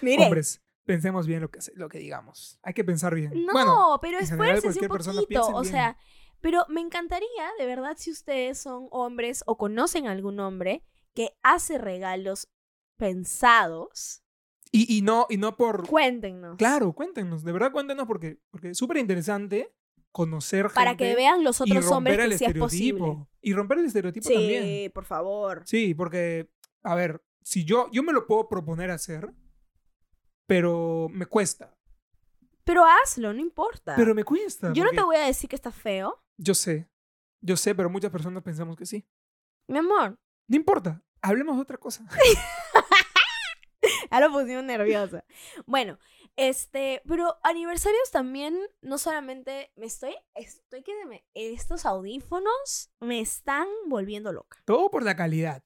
[SPEAKER 1] Mire,
[SPEAKER 2] Hombres, pensemos bien lo que, hace- lo que digamos. Hay que pensar bien.
[SPEAKER 1] no,
[SPEAKER 2] Bueno,
[SPEAKER 1] pero
[SPEAKER 2] en general,
[SPEAKER 1] esfuércense un
[SPEAKER 2] cualquier persona
[SPEAKER 1] poquito.
[SPEAKER 2] piensen
[SPEAKER 1] O
[SPEAKER 2] bien.
[SPEAKER 1] sea, pero me encantaría, de verdad, si ustedes son hombres o conocen algún hombre que hace regalos pensados,
[SPEAKER 2] y, y no, y no por...
[SPEAKER 1] cuéntenos.
[SPEAKER 2] Claro, cuéntenos, de verdad cuéntenos, porque, porque es súper interesante conocer gente
[SPEAKER 1] Para que vean los
[SPEAKER 2] y
[SPEAKER 1] otros hombres
[SPEAKER 2] romper el
[SPEAKER 1] que sí es posible.
[SPEAKER 2] estereotipo. Y romper el estereotipo
[SPEAKER 1] Sí,
[SPEAKER 2] también.
[SPEAKER 1] por favor.
[SPEAKER 2] Sí, porque, a ver, si yo, yo me lo puedo proponer hacer, pero me cuesta.
[SPEAKER 1] Pero hazlo, no importa.
[SPEAKER 2] Pero me cuesta.
[SPEAKER 1] Yo no te
[SPEAKER 2] porque
[SPEAKER 1] voy a decir que está feo.
[SPEAKER 2] Yo sé, yo sé, pero muchas personas pensamos que sí.
[SPEAKER 1] Mi amor,
[SPEAKER 2] No importa, hablemos de otra cosa.
[SPEAKER 1] Ahora pusimos nerviosa. Bueno, este, pero aniversarios también, no solamente me estoy, estoy que se me- estos audífonos me están volviendo loca.
[SPEAKER 2] Todo por la calidad.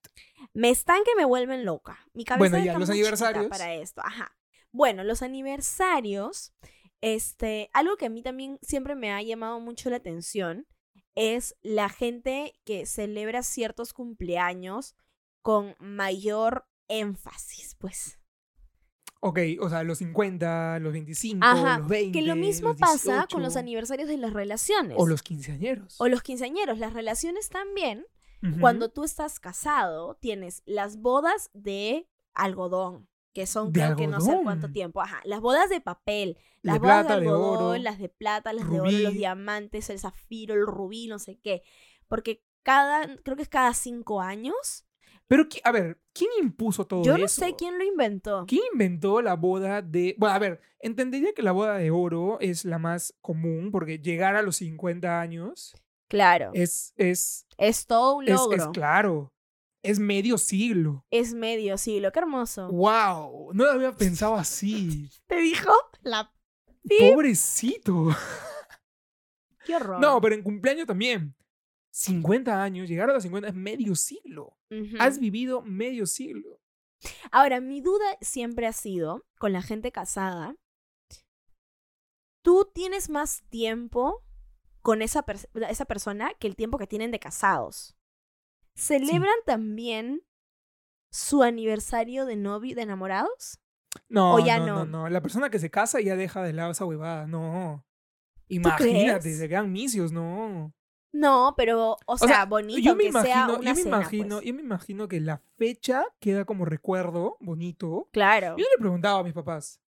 [SPEAKER 1] Me están que me vuelven loca. Mi cabeza
[SPEAKER 2] Bueno, ya,
[SPEAKER 1] está
[SPEAKER 2] los
[SPEAKER 1] muy chiquita
[SPEAKER 2] aniversarios.
[SPEAKER 1] para esto, ajá. Bueno, los aniversarios, este, algo que a mí también siempre me ha llamado mucho la atención es la gente que celebra ciertos cumpleaños con mayor énfasis, pues.
[SPEAKER 2] Ok, o sea, los 50, los 25,
[SPEAKER 1] Ajá,
[SPEAKER 2] los 20.
[SPEAKER 1] Que lo mismo
[SPEAKER 2] los
[SPEAKER 1] pasa con los
[SPEAKER 2] 18,
[SPEAKER 1] aniversarios de las relaciones.
[SPEAKER 2] O los quinceañeros.
[SPEAKER 1] O los quinceañeros. Las relaciones también,
[SPEAKER 2] Ujú.
[SPEAKER 1] cuando tú estás casado, tienes las bodas de algodón, que son
[SPEAKER 2] ¿De
[SPEAKER 1] creo que no sé
[SPEAKER 2] algodón?
[SPEAKER 1] cuánto tiempo. Ajá, las bodas de papel. Las
[SPEAKER 2] de
[SPEAKER 1] bodas
[SPEAKER 2] plata,
[SPEAKER 1] de
[SPEAKER 2] de
[SPEAKER 1] algodón,
[SPEAKER 2] oro.
[SPEAKER 1] las de plata, las de oro, los
[SPEAKER 2] rubí.
[SPEAKER 1] diamantes, el zafiro, el rubí, no sé qué. Porque cada, creo que es cada cinco años.
[SPEAKER 2] Pero, qui- a ver, ¿quién impuso todo
[SPEAKER 1] Yo
[SPEAKER 2] eso?
[SPEAKER 1] no sé quién lo inventó.
[SPEAKER 2] ¿Quién inventó la boda de.? Bueno, a ver, entendería que la boda de oro es la más común porque llegar a los 50 años
[SPEAKER 1] Claro, es,
[SPEAKER 2] es. Es,
[SPEAKER 1] todo un
[SPEAKER 2] Eh, es,
[SPEAKER 1] logro.
[SPEAKER 2] es claro. Es medio siglo.
[SPEAKER 1] Es medio siglo, qué hermoso.
[SPEAKER 2] ¡Wow! No lo había pensado así.
[SPEAKER 1] ¿Te dijo? La... Sí.
[SPEAKER 2] Pobrecito.
[SPEAKER 1] Qué horror.
[SPEAKER 2] No, pero en cumpleaños también. 50 años, llegar a los 50 es medio siglo.
[SPEAKER 1] Ujú.
[SPEAKER 2] Has vivido medio siglo.
[SPEAKER 1] Ahora, mi duda siempre ha sido, con la gente casada, ¿tú tienes más tiempo con esa, pers- esa persona que el tiempo que tienen de casados? ¿Celebran también su aniversario de novio, de enamorados?
[SPEAKER 2] No,
[SPEAKER 1] O ya
[SPEAKER 2] no, no,
[SPEAKER 1] no.
[SPEAKER 2] no. La persona que se casa ya deja de lado esa huevada. No. Imagínate,
[SPEAKER 1] crees?
[SPEAKER 2] se quedan misios, no.
[SPEAKER 1] No, pero, o, sea,
[SPEAKER 2] sea,
[SPEAKER 1] bonito
[SPEAKER 2] yo me
[SPEAKER 1] que sea
[SPEAKER 2] imagino,
[SPEAKER 1] una
[SPEAKER 2] yo me
[SPEAKER 1] cena,
[SPEAKER 2] imagino,
[SPEAKER 1] pues.
[SPEAKER 2] yo me imagino que la fecha queda como recuerdo bonito.
[SPEAKER 1] Claro.
[SPEAKER 2] Yo no le preguntaba a mis papás.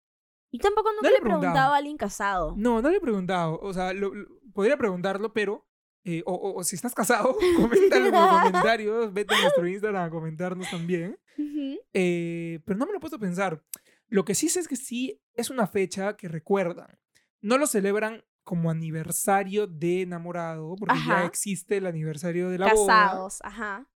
[SPEAKER 1] Y tampoco nunca
[SPEAKER 2] le
[SPEAKER 1] le preguntaba.
[SPEAKER 2] preguntaba.
[SPEAKER 1] a alguien casado.
[SPEAKER 2] No, no le he preguntado. O sea, lo- lo- podría preguntarlo, pero. eh, o, o- o si estás casado, coméntalo en los comentarios. Vete a nuestro Instagram a comentarnos también.
[SPEAKER 1] Ujú.
[SPEAKER 2] Eh, pero no me lo he puesto a pensar. Lo que sí sé es que sí es una fecha que recuerdan. No lo celebran como aniversario de enamorado, porque ya
[SPEAKER 1] Ajá.
[SPEAKER 2] existe el aniversario de la boda.
[SPEAKER 1] Casados, ajá.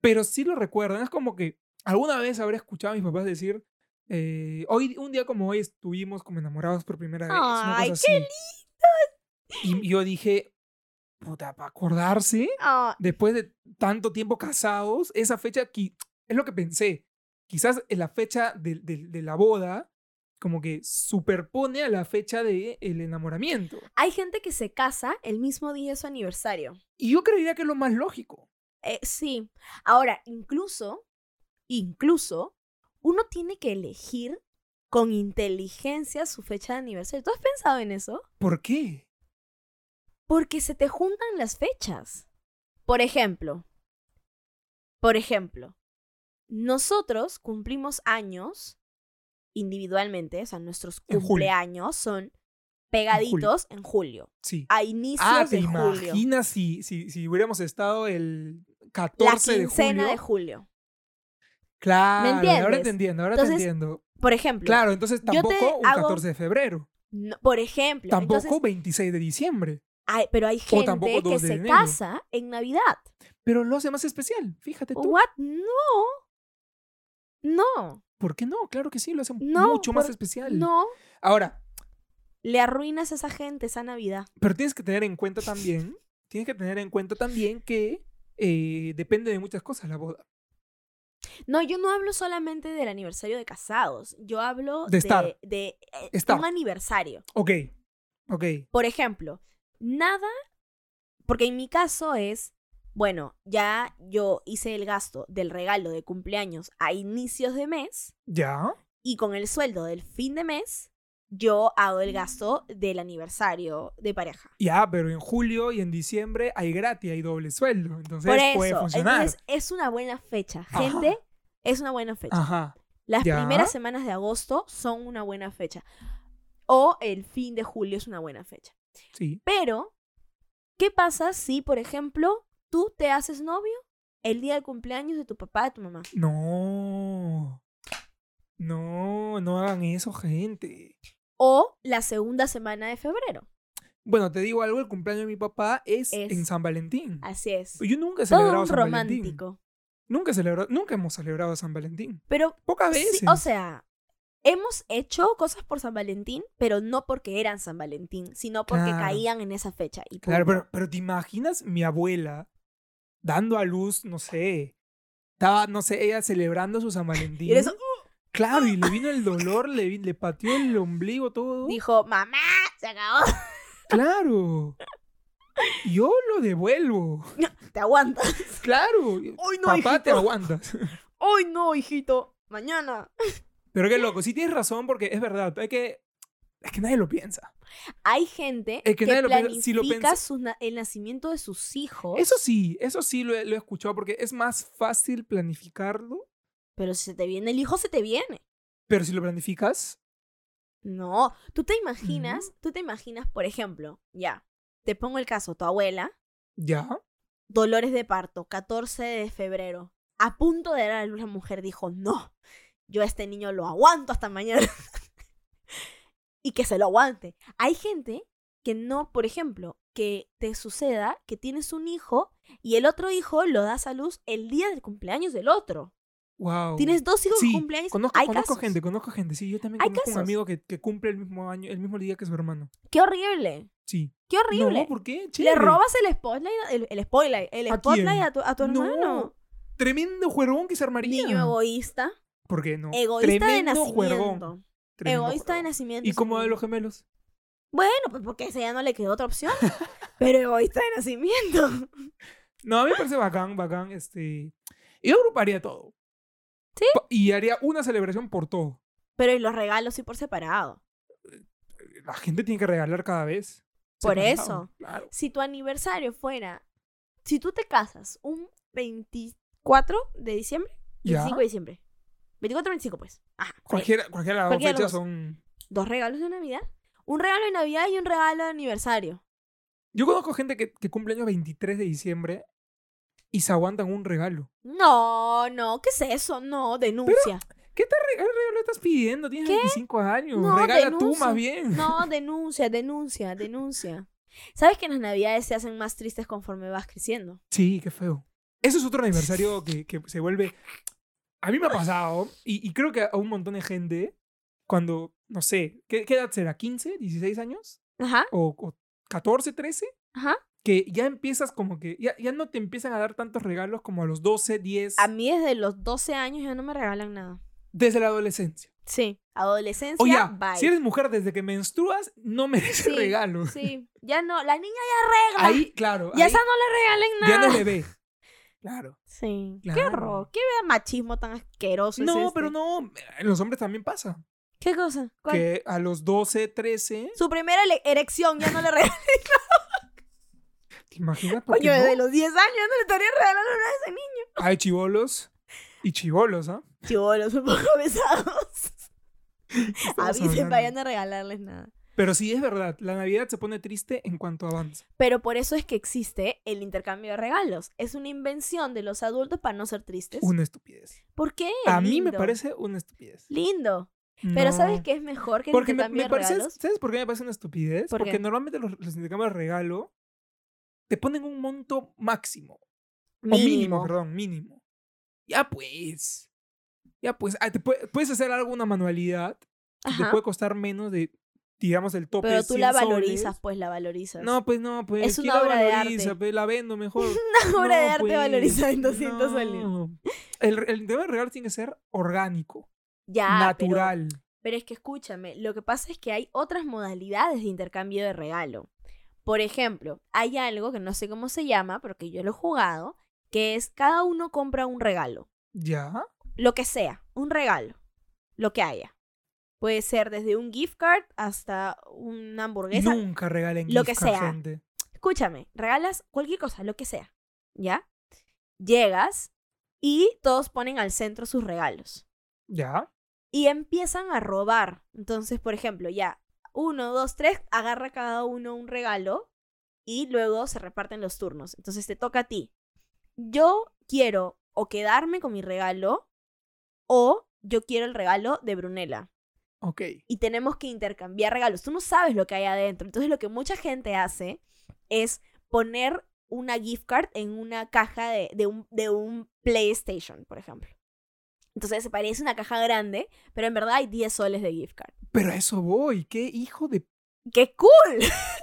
[SPEAKER 2] Pero sí lo recuerdan. Es como que alguna vez habré escuchado a mis papás decir. eh, hoy, un día como hoy estuvimos como enamorados por primera vez. una
[SPEAKER 1] Ay,
[SPEAKER 2] cosa
[SPEAKER 1] qué
[SPEAKER 2] así. Y yo dije, puta, para acordarse,
[SPEAKER 1] Ah,
[SPEAKER 2] después de tanto tiempo casados, esa fecha, qui- es lo que pensé, quizás en la fecha de, de- de la boda, como que superpone a la fecha del el enamoramiento.
[SPEAKER 1] hay gente que se casa el mismo día de su aniversario.
[SPEAKER 2] Y yo creería que es lo más lógico.
[SPEAKER 1] Eh, sí. Ahora, incluso, incluso, uno tiene que elegir con inteligencia su fecha de aniversario. ¿Tú has pensado en eso?
[SPEAKER 2] ¿Por qué?
[SPEAKER 1] Porque se te juntan las fechas. Por ejemplo, por ejemplo, nosotros cumplimos años individualmente, o sea, nuestros
[SPEAKER 2] En julio.
[SPEAKER 1] cumpleaños son pegaditos en julio,
[SPEAKER 2] Sí.
[SPEAKER 1] a inicios
[SPEAKER 2] Ah, ¿te
[SPEAKER 1] de julio,
[SPEAKER 2] imaginas si, si, si hubiéramos estado el
[SPEAKER 1] la
[SPEAKER 2] 14 de julio?
[SPEAKER 1] quincena de julio.
[SPEAKER 2] Claro, ahora
[SPEAKER 1] entiendes?
[SPEAKER 2] te entiendo, ahora
[SPEAKER 1] Entonces,
[SPEAKER 2] te entiendo.
[SPEAKER 1] Por ejemplo,
[SPEAKER 2] Claro, entonces
[SPEAKER 1] yo te
[SPEAKER 2] tampoco un
[SPEAKER 1] hago-
[SPEAKER 2] 14 de febrero,
[SPEAKER 1] no- por ejemplo,
[SPEAKER 2] tampoco
[SPEAKER 1] entonces,
[SPEAKER 2] 26 de diciembre,
[SPEAKER 1] Hay- pero hay gente
[SPEAKER 2] tampoco
[SPEAKER 1] que
[SPEAKER 2] 2 de
[SPEAKER 1] se
[SPEAKER 2] enero.
[SPEAKER 1] casa en Navidad.
[SPEAKER 2] pero lo hace más especial, fíjate tú.
[SPEAKER 1] ¿What? No. No.
[SPEAKER 2] ¿Por qué no? Claro que sí, lo hace
[SPEAKER 1] No,
[SPEAKER 2] mucho más
[SPEAKER 1] por-
[SPEAKER 2] especial.
[SPEAKER 1] No.
[SPEAKER 2] Ahora,
[SPEAKER 1] Le arruinas a esa gente esa Navidad.
[SPEAKER 2] pero tienes que tener en cuenta también, tienes que tener en cuenta también que eh, depende de muchas cosas la boda.
[SPEAKER 1] No, yo no hablo solamente del aniversario de casados. Yo hablo
[SPEAKER 2] De
[SPEAKER 1] de,
[SPEAKER 2] estar.
[SPEAKER 1] de, eh,
[SPEAKER 2] Estar.
[SPEAKER 1] un aniversario.
[SPEAKER 2] Ok, ok.
[SPEAKER 1] Por ejemplo, nada, porque en mi caso es, bueno, ya yo hice el gasto del regalo de cumpleaños a inicios de mes.
[SPEAKER 2] ¿Ya?
[SPEAKER 1] y con el sueldo del fin de mes, yo hago el gasto del aniversario de pareja.
[SPEAKER 2] Ya, ah, pero en julio y en diciembre hay gratis, hay doble sueldo. Entonces
[SPEAKER 1] Por eso,
[SPEAKER 2] puede funcionar.
[SPEAKER 1] entonces es una buena fecha,
[SPEAKER 2] Ajá.
[SPEAKER 1] gente. Es una buena fecha.
[SPEAKER 2] Ajá.
[SPEAKER 1] Las
[SPEAKER 2] ya.
[SPEAKER 1] primeras semanas de agosto son una buena fecha. O el fin de julio es una buena fecha.
[SPEAKER 2] Sí.
[SPEAKER 1] Pero, ¿qué pasa si, por ejemplo, tú te haces novio el día del cumpleaños de tu papá, de tu mamá?
[SPEAKER 2] No. No, no hagan eso, gente.
[SPEAKER 1] O la segunda semana de febrero.
[SPEAKER 2] Bueno, te digo algo, el cumpleaños de mi papá es,
[SPEAKER 1] Es-
[SPEAKER 2] en San Valentín.
[SPEAKER 1] Así es.
[SPEAKER 2] Yo nunca he celebrado
[SPEAKER 1] Todo un
[SPEAKER 2] San Valentín.
[SPEAKER 1] romántico.
[SPEAKER 2] Nunca, he celebrado- nunca hemos celebrado San Valentín.
[SPEAKER 1] Pero
[SPEAKER 2] Pocas
[SPEAKER 1] Sí,
[SPEAKER 2] veces.
[SPEAKER 1] o sea, hemos hecho cosas por San Valentín, pero no porque eran San Valentín, sino porque
[SPEAKER 2] Claro.
[SPEAKER 1] caían en esa fecha. Y
[SPEAKER 2] claro,
[SPEAKER 1] punto.
[SPEAKER 2] pero, pero te imaginas mi abuela dando a luz, no sé. Estaba, no sé, ella celebrando su San Valentín.
[SPEAKER 1] Y en eso,
[SPEAKER 2] Claro, y le vino el dolor, le, vi- le pateó el ombligo todo.
[SPEAKER 1] dijo, mamá, se acabó,
[SPEAKER 2] Claro. Yo lo devuelvo.
[SPEAKER 1] te aguantas.
[SPEAKER 2] Claro.
[SPEAKER 1] Hoy no,
[SPEAKER 2] Papá, te
[SPEAKER 1] hijito.
[SPEAKER 2] aguantas.
[SPEAKER 1] Hoy no, hijito. Mañana.
[SPEAKER 2] Pero qué loco, sí tienes razón porque es verdad, hay que... Es que nadie lo piensa.
[SPEAKER 1] Hay gente
[SPEAKER 2] Es que
[SPEAKER 1] que,
[SPEAKER 2] nadie lo piensa.
[SPEAKER 1] planifica
[SPEAKER 2] Si lo piensa-
[SPEAKER 1] su na- el nacimiento de sus hijos,
[SPEAKER 2] Eso sí, eso sí lo he, lo he escuchado porque es más fácil planificarlo,
[SPEAKER 1] pero si se te viene el hijo, se te viene.
[SPEAKER 2] pero si lo planificas,
[SPEAKER 1] No, tú te imaginas, tú te imaginas, por ejemplo, ya, te pongo el caso, tu abuela
[SPEAKER 2] ya.
[SPEAKER 1] dolores de parto, 14 de febrero. A punto de dar a luz, la mujer dijo, no, yo a este niño lo aguanto hasta mañana. y que se lo aguante. Hay gente que no, por ejemplo, que te suceda que tienes un hijo Y el otro hijo lo das a luz el día del cumpleaños del otro.
[SPEAKER 2] Wow.
[SPEAKER 1] Tienes dos hijos de
[SPEAKER 2] sí,
[SPEAKER 1] cumpleaños.
[SPEAKER 2] Conozco,
[SPEAKER 1] Hay
[SPEAKER 2] conozco
[SPEAKER 1] casos.
[SPEAKER 2] gente, conozco gente. Sí, yo también
[SPEAKER 1] Hay
[SPEAKER 2] conozco un
[SPEAKER 1] casos.
[SPEAKER 2] amigo que, que cumple el mismo año, el mismo día que su hermano.
[SPEAKER 1] Qué horrible.
[SPEAKER 2] Sí.
[SPEAKER 1] Qué horrible.
[SPEAKER 2] No, ¿por qué?
[SPEAKER 1] Le
[SPEAKER 2] Chévere.
[SPEAKER 1] robas el spotlight, el, el spoiler, el
[SPEAKER 2] ¿A
[SPEAKER 1] spotlight
[SPEAKER 2] quién?
[SPEAKER 1] a tu, a tu
[SPEAKER 2] No,
[SPEAKER 1] hermano.
[SPEAKER 2] Tremendo juergón que se armaría.
[SPEAKER 1] Niño egoísta.
[SPEAKER 2] ¿Por qué no?
[SPEAKER 1] Egoísta de
[SPEAKER 2] Tremendo
[SPEAKER 1] nacimiento.
[SPEAKER 2] juergón. Tremendo
[SPEAKER 1] Egoísta de
[SPEAKER 2] juergón.
[SPEAKER 1] nacimiento.
[SPEAKER 2] ¿Y cómo de
[SPEAKER 1] supongo.
[SPEAKER 2] los gemelos?
[SPEAKER 1] Bueno, pues porque ese ya no le quedó otra opción. pero egoísta de nacimiento.
[SPEAKER 2] No, a mí me parece bacán, bacán. Este... Yo agruparía todo.
[SPEAKER 1] ¿Sí?
[SPEAKER 2] Pa- Y haría una celebración por todo.
[SPEAKER 1] Pero y los regalos sí por separado.
[SPEAKER 2] La gente tiene que regalar cada vez.
[SPEAKER 1] Por
[SPEAKER 2] Separado,
[SPEAKER 1] eso.
[SPEAKER 2] Claro.
[SPEAKER 1] Si tu aniversario fuera. Si tú te casas un 24 de diciembre,
[SPEAKER 2] Ya.
[SPEAKER 1] 25 de diciembre. 24 25, pues. Ajá.
[SPEAKER 2] Cualquiera, cualquiera de las dos
[SPEAKER 1] Cualquiera de los
[SPEAKER 2] fechas son...
[SPEAKER 1] Dos regalos de Navidad. Un regalo de Navidad y un regalo de aniversario.
[SPEAKER 2] Yo conozco gente que, que cumple año 23 de diciembre y se aguantan un regalo.
[SPEAKER 1] No, no, ¿qué es eso? No, denuncia.
[SPEAKER 2] ¿Qué regalo estás pidiendo? Tienes
[SPEAKER 1] ¿Qué?
[SPEAKER 2] 25 años.
[SPEAKER 1] No,
[SPEAKER 2] Regala tú
[SPEAKER 1] denuncia.
[SPEAKER 2] más bien.
[SPEAKER 1] No, denuncia, denuncia, denuncia. ¿Sabes que en las navidades se hacen más tristes conforme vas creciendo?
[SPEAKER 2] Sí, qué feo. Eso es otro aniversario que, que se vuelve... A mí me ha pasado, y, y creo que a un montón de gente, cuando, no sé, ¿qué, qué edad será? ¿15? ¿16 años?
[SPEAKER 1] Ajá,
[SPEAKER 2] ¿O, o 14, 13?
[SPEAKER 1] ajá.
[SPEAKER 2] Que ya empiezas como que... Ya, ya no te empiezan a dar tantos regalos como a los 12, 10,
[SPEAKER 1] A mí desde los 12 años ya no me regalan nada.
[SPEAKER 2] desde la adolescencia.
[SPEAKER 1] Sí, adolescencia,
[SPEAKER 2] O ya,
[SPEAKER 1] bye.
[SPEAKER 2] si eres mujer desde que menstruas, no mereces
[SPEAKER 1] Sí,
[SPEAKER 2] regalos.
[SPEAKER 1] Sí, ya no, la niña ya regala.
[SPEAKER 2] Ahí, claro.
[SPEAKER 1] ya
[SPEAKER 2] ahí
[SPEAKER 1] esa no le regalen
[SPEAKER 2] ya
[SPEAKER 1] nada.
[SPEAKER 2] no le ve. Claro.
[SPEAKER 1] Sí, qué
[SPEAKER 2] Claro.
[SPEAKER 1] horror, qué machismo tan asqueroso es
[SPEAKER 2] No,
[SPEAKER 1] este.
[SPEAKER 2] pero no. En los hombres también pasa.
[SPEAKER 1] ¿Qué cosa? ¿Cuál?
[SPEAKER 2] Que a los 12, 13.
[SPEAKER 1] Su primera ele- erección ya no le regalan.
[SPEAKER 2] ¿Te imaginas? ¿Por qué
[SPEAKER 1] Coño, desde
[SPEAKER 2] no?
[SPEAKER 1] los 10 años ya no le estaría regalando nada a ese niño.
[SPEAKER 2] Hay chivolos y chivolos, ¿ah?
[SPEAKER 1] Chibolos un poco besados.
[SPEAKER 2] Estamos
[SPEAKER 1] Avisen,
[SPEAKER 2] hablando.
[SPEAKER 1] vayan a regalarles nada.
[SPEAKER 2] Pero sí es verdad. La Navidad se pone triste en cuanto avanza.
[SPEAKER 1] Pero por eso es que existe el intercambio de regalos. Es una invención de los adultos para no ser tristes.
[SPEAKER 2] Una estupidez.
[SPEAKER 1] ¿Por qué?
[SPEAKER 2] A mí me
[SPEAKER 1] Lindo.
[SPEAKER 2] parece una estupidez.
[SPEAKER 1] Lindo. Pero
[SPEAKER 2] No.
[SPEAKER 1] ¿sabes qué es mejor que el
[SPEAKER 2] Porque me,
[SPEAKER 1] intercambio
[SPEAKER 2] me
[SPEAKER 1] de
[SPEAKER 2] parece,
[SPEAKER 1] regalos?
[SPEAKER 2] ¿sabes por qué me parece una estupidez?
[SPEAKER 1] ¿Por
[SPEAKER 2] Porque
[SPEAKER 1] qué?
[SPEAKER 2] normalmente los, los intercambios de regalo te ponen un monto máximo. O mínimo, perdón, mínimo. Ya pues. Ya pues. ah, te pue- puedes hacer algo, una manualidad. que
[SPEAKER 1] Ajá.
[SPEAKER 2] Te puede costar menos de, digamos, el tope.
[SPEAKER 1] Pero
[SPEAKER 2] es
[SPEAKER 1] tú la
[SPEAKER 2] 100
[SPEAKER 1] valorizas,
[SPEAKER 2] soles.
[SPEAKER 1] pues la valorizas.
[SPEAKER 2] No, pues no, pues.
[SPEAKER 1] Es una
[SPEAKER 2] ¿quién la
[SPEAKER 1] obra de arte.
[SPEAKER 2] pues, la vendo mejor.
[SPEAKER 1] una obra de
[SPEAKER 2] No,
[SPEAKER 1] arte
[SPEAKER 2] pues,
[SPEAKER 1] valorizada en 200 soles.
[SPEAKER 2] no. El, el tema de regalo tiene que ser orgánico,
[SPEAKER 1] Ya, pero-
[SPEAKER 2] natural.
[SPEAKER 1] Pero es que escúchame, lo que pasa es que hay otras modalidades de intercambio de regalo. Por ejemplo, hay algo que no sé cómo se llama, pero que yo lo he jugado, que es cada uno compra un regalo,
[SPEAKER 2] Ya.
[SPEAKER 1] lo que sea, un regalo, lo que haya. Puede ser desde un gift card hasta una hamburguesa.
[SPEAKER 2] Nunca regalen
[SPEAKER 1] Lo
[SPEAKER 2] gift
[SPEAKER 1] que
[SPEAKER 2] card,
[SPEAKER 1] sea.
[SPEAKER 2] gente.
[SPEAKER 1] Escúchame, regalas cualquier cosa, lo que sea, ¿ya? Llegas y todos ponen al centro sus regalos.
[SPEAKER 2] Ya.
[SPEAKER 1] y empiezan a robar. Entonces, por ejemplo, ya, uno, dos, tres, agarra cada uno un regalo y luego se reparten los turnos. Entonces te toca a ti. Yo quiero o quedarme con mi regalo o yo quiero el regalo de Brunella.
[SPEAKER 2] Ok.
[SPEAKER 1] Y tenemos que intercambiar regalos. Tú no sabes lo que hay adentro. Entonces lo que mucha gente hace es poner una gift card en una caja de, de un, de un PlayStation, por ejemplo. Entonces se parece una caja grande, pero en verdad hay 10 soles de gift card.
[SPEAKER 2] Pero a eso voy. Qué hijo de.
[SPEAKER 1] ¡Qué cool!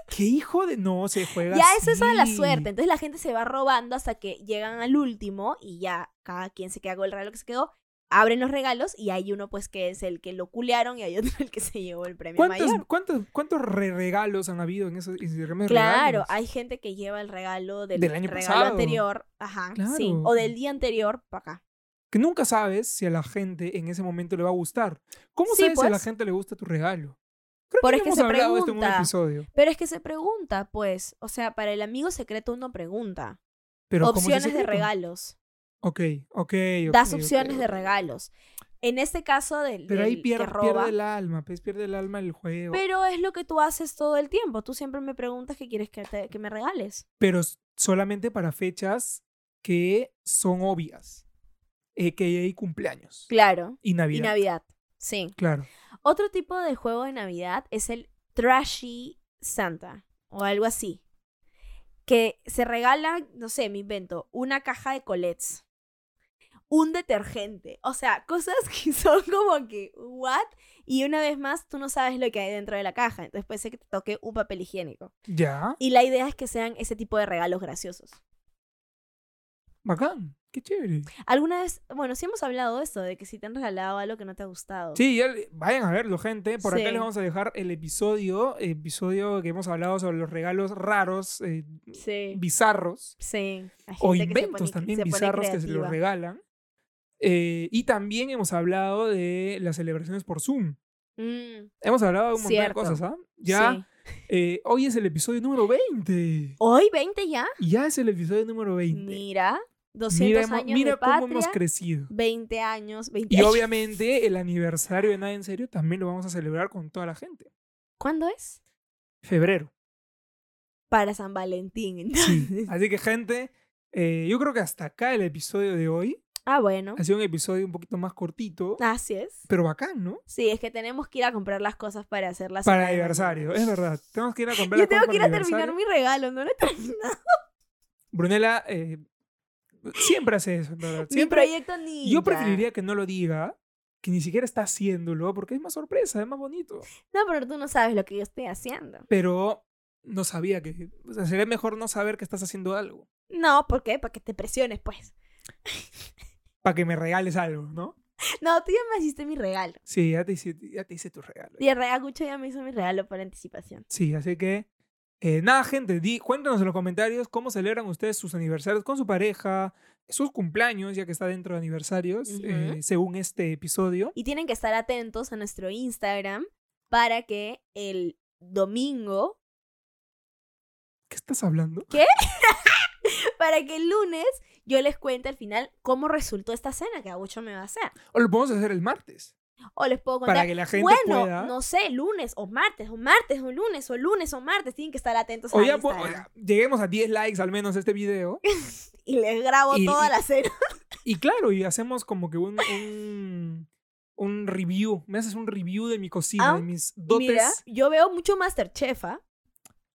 [SPEAKER 2] Qué hijo de. No, se juega.
[SPEAKER 1] ya es eso de la
[SPEAKER 2] así.
[SPEAKER 1] suerte. Entonces la gente se va robando hasta que llegan al último y ya cada quien se queda con el regalo que se quedó. Abren los regalos y hay uno pues que es el que lo culearon y hay otro el que se llevó el premio
[SPEAKER 2] ¿Cuántos,
[SPEAKER 1] mayor.
[SPEAKER 2] cuántos, cuántos re- regalos han habido en esos intercambios de
[SPEAKER 1] Claro,
[SPEAKER 2] regalos?
[SPEAKER 1] hay gente que lleva el regalo del,
[SPEAKER 2] Del año
[SPEAKER 1] regalo
[SPEAKER 2] pasado.
[SPEAKER 1] anterior, ajá, sí,
[SPEAKER 2] Claro.
[SPEAKER 1] o del día anterior para acá.
[SPEAKER 2] Que nunca sabes si a la gente en ese momento le va a gustar. ¿Cómo
[SPEAKER 1] Sí,
[SPEAKER 2] sabes si a la
[SPEAKER 1] pues.
[SPEAKER 2] gente le gusta tu regalo? Creo
[SPEAKER 1] Pero
[SPEAKER 2] que
[SPEAKER 1] es
[SPEAKER 2] ya
[SPEAKER 1] que
[SPEAKER 2] hemos
[SPEAKER 1] se
[SPEAKER 2] hablado de esto en un
[SPEAKER 1] pregunta.
[SPEAKER 2] episodio.
[SPEAKER 1] Pero es que se pregunta, pues, o sea, para el amigo secreto uno pregunta.
[SPEAKER 2] Pero ¿cómo se
[SPEAKER 1] opciones de
[SPEAKER 2] secreto?
[SPEAKER 1] regalos.
[SPEAKER 2] Ok, ok.
[SPEAKER 1] das
[SPEAKER 2] ok, ok,
[SPEAKER 1] opciones de
[SPEAKER 2] ok.
[SPEAKER 1] regalos. En este caso del,
[SPEAKER 2] Pero ahí
[SPEAKER 1] del
[SPEAKER 2] pier-
[SPEAKER 1] que roba,
[SPEAKER 2] pierde el alma, pues pierde el alma el juego. Pero,
[SPEAKER 1] pero es lo que tú haces todo el tiempo. Tú siempre me preguntas qué quieres que, te- que me regales.
[SPEAKER 2] s- solamente para fechas que son obvias. Eh, que hay cumpleaños.
[SPEAKER 1] Claro.
[SPEAKER 2] Y Navidad.
[SPEAKER 1] Y Navidad. Sí.
[SPEAKER 2] Claro.
[SPEAKER 1] Otro tipo de juego de Navidad es el Trashy Santa o algo así. que se regala, no sé, me invento, una caja de colets, un detergente, o sea, cosas que son como que, ¿what? Y una vez más, tú no sabes lo que hay dentro de la caja, entonces puede ser que te toque un papel higiénico.
[SPEAKER 2] Ya.
[SPEAKER 1] Y la idea es que sean ese tipo de regalos graciosos.
[SPEAKER 2] Bacán. Qué chévere.
[SPEAKER 1] Alguna vez, bueno, sí hemos hablado de eso, de que si te han regalado algo que no te ha gustado.
[SPEAKER 2] Sí, ya le- vayan a verlo, gente. Por
[SPEAKER 1] Sí.
[SPEAKER 2] acá les vamos a dejar el episodio, episodio que hemos hablado sobre los regalos raros, eh,
[SPEAKER 1] Sí.
[SPEAKER 2] bizarros,
[SPEAKER 1] Sí. Hay
[SPEAKER 2] o
[SPEAKER 1] gente que se pone-
[SPEAKER 2] inventos también
[SPEAKER 1] se pone
[SPEAKER 2] bizarros que se los
[SPEAKER 1] creativa.
[SPEAKER 2] regalan. Eh, y también hemos hablado de las celebraciones por Zoom.
[SPEAKER 1] Mm,
[SPEAKER 2] Hemos hablado de un montón de
[SPEAKER 1] Cierto.
[SPEAKER 2] cosas, ¿ah? Ya,
[SPEAKER 1] sí.
[SPEAKER 2] eh, hoy es el episodio número 20.
[SPEAKER 1] ¿Hoy 20 ya?
[SPEAKER 2] Y ya es el episodio número 20.
[SPEAKER 1] Mira, 200
[SPEAKER 2] Mira, hemo-
[SPEAKER 1] años
[SPEAKER 2] mira
[SPEAKER 1] de
[SPEAKER 2] cómo
[SPEAKER 1] patria,
[SPEAKER 2] hemos crecido.
[SPEAKER 1] 20 años, 20
[SPEAKER 2] Y
[SPEAKER 1] años.
[SPEAKER 2] obviamente el aniversario de Nada en Serio también lo vamos a celebrar con toda la gente.
[SPEAKER 1] ¿Cuándo es?
[SPEAKER 2] Febrero.
[SPEAKER 1] Para San Valentín. entonces.
[SPEAKER 2] Sí. Así que gente, eh, yo creo que hasta acá el episodio de hoy.
[SPEAKER 1] Ah, bueno.
[SPEAKER 2] Ha sido un episodio un poquito más cortito,
[SPEAKER 1] Así es.
[SPEAKER 2] pero bacán, ¿no?
[SPEAKER 1] Sí, es que tenemos que ir a comprar las cosas para hacer la cena
[SPEAKER 2] Para
[SPEAKER 1] de
[SPEAKER 2] aniversario,
[SPEAKER 1] mañana.
[SPEAKER 2] es verdad. Tenemos que ir a comprar
[SPEAKER 1] Yo
[SPEAKER 2] las cosas
[SPEAKER 1] tengo que ir
[SPEAKER 2] para
[SPEAKER 1] a terminar
[SPEAKER 2] aniversario.
[SPEAKER 1] mi regalo, no lo he terminado.
[SPEAKER 2] Brunella eh, siempre hace eso, en verdad.
[SPEAKER 1] Mi
[SPEAKER 2] Siempre.
[SPEAKER 1] proyecto ni.
[SPEAKER 2] Yo preferiría que no lo diga, que ni siquiera está haciéndolo, porque es más sorpresa, es más bonito.
[SPEAKER 1] No, pero tú no sabes lo que yo estoy haciendo.
[SPEAKER 2] Pero no sabía que. O sea, sería mejor no saber que estás haciendo algo.
[SPEAKER 1] No, ¿por qué? Para que te presiones, pues.
[SPEAKER 2] para que me regales algo, ¿no?
[SPEAKER 1] No, tú ya me hiciste mi regalo.
[SPEAKER 2] Sí, ya te hice, ya te hice tu regalo.
[SPEAKER 1] Y el regalo Gucho ya me hizo mi regalo por anticipación.
[SPEAKER 2] Sí, así que eh, nada, gente, di, cuéntanos en los comentarios cómo celebran ustedes sus aniversarios con su pareja, sus cumpleaños, ya que está dentro de aniversarios,
[SPEAKER 1] Ujú.
[SPEAKER 2] eh, según este episodio.
[SPEAKER 1] Y tienen que estar atentos a nuestro Instagram para que el domingo,
[SPEAKER 2] ¿Qué estás hablando?
[SPEAKER 1] para que el lunes yo les cuente al final cómo resultó esta cena que Agucho me va a hacer.
[SPEAKER 2] O lo podemos hacer el martes,
[SPEAKER 1] O les puedo contar.
[SPEAKER 2] para que la gente
[SPEAKER 1] bueno,
[SPEAKER 2] pueda...
[SPEAKER 1] no sé, lunes o martes, o martes o lunes, o lunes o martes, tienen que estar atentos
[SPEAKER 2] O
[SPEAKER 1] a
[SPEAKER 2] ya po- o
[SPEAKER 1] Instagram.
[SPEAKER 2] ya, lleguemos a 10 likes al menos este video.
[SPEAKER 1] Y les grabo
[SPEAKER 2] Y-
[SPEAKER 1] toda
[SPEAKER 2] y-
[SPEAKER 1] la cena.
[SPEAKER 2] Y claro, y hacemos como que un, un, un review. Me haces un review de mi cocina,
[SPEAKER 1] Ah,
[SPEAKER 2] de mis dotes.
[SPEAKER 1] Mira, yo veo mucho Masterchef, ¿ah?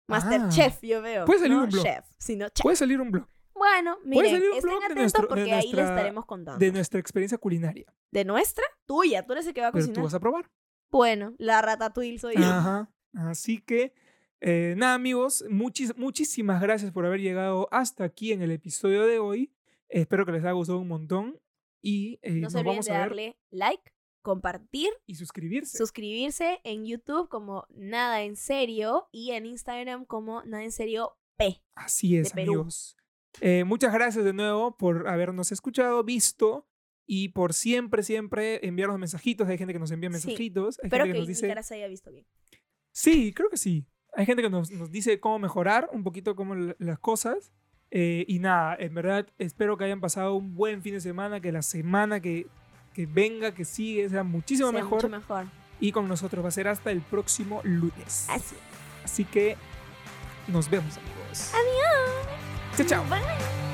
[SPEAKER 1] Masterchef, yo veo.
[SPEAKER 2] Puede salir
[SPEAKER 1] no
[SPEAKER 2] un blog.
[SPEAKER 1] chef, sino chef.
[SPEAKER 2] Puede salir un blog.
[SPEAKER 1] Bueno, miren,
[SPEAKER 2] salir un
[SPEAKER 1] estén
[SPEAKER 2] blog de
[SPEAKER 1] atentos
[SPEAKER 2] nuestro- de
[SPEAKER 1] porque ahí les
[SPEAKER 2] nuestra-
[SPEAKER 1] estaremos contando.
[SPEAKER 2] de nuestra experiencia culinaria.
[SPEAKER 1] ¿De nuestra? Tuya, tú eres el que va a
[SPEAKER 2] Pero
[SPEAKER 1] cocinar.
[SPEAKER 2] tú vas a probar.
[SPEAKER 1] Bueno, la ratatouille soy yo.
[SPEAKER 2] Ajá. Así que, eh, nada, amigos, muchis- muchísimas gracias por haber llegado hasta aquí en el episodio de hoy. Espero que les haya gustado un montón. Y eh,
[SPEAKER 1] No
[SPEAKER 2] nos
[SPEAKER 1] se olviden
[SPEAKER 2] vamos
[SPEAKER 1] de
[SPEAKER 2] a ver
[SPEAKER 1] darle like, compartir,
[SPEAKER 2] y suscribirse.
[SPEAKER 1] suscribirse en YouTube como Nada en Serio y en Instagram como Nada en Serio P.
[SPEAKER 2] Así es,
[SPEAKER 1] Perú.
[SPEAKER 2] amigos. Eh, muchas gracias de nuevo por habernos escuchado, visto y por siempre, siempre enviarnos mensajitos. Hay gente que nos envía
[SPEAKER 1] Sí.
[SPEAKER 2] mensajitos. Hay
[SPEAKER 1] Espero que
[SPEAKER 2] gente que nos
[SPEAKER 1] mi
[SPEAKER 2] dice.
[SPEAKER 1] cara se haya visto bien.
[SPEAKER 2] Sí, creo que sí. Hay gente que nos, nos dice cómo mejorar un poquito cómo l- las cosas. Eh, y nada, en verdad espero que hayan pasado un buen fin de semana, que la semana que, que venga, que sigue, sea muchísimo
[SPEAKER 1] Sea
[SPEAKER 2] mejor.
[SPEAKER 1] mucho mejor.
[SPEAKER 2] Y con nosotros va a ser hasta el próximo lunes.
[SPEAKER 1] Así.
[SPEAKER 2] Así que nos vemos amigos. Adiós. Chao, chao.
[SPEAKER 1] Bye.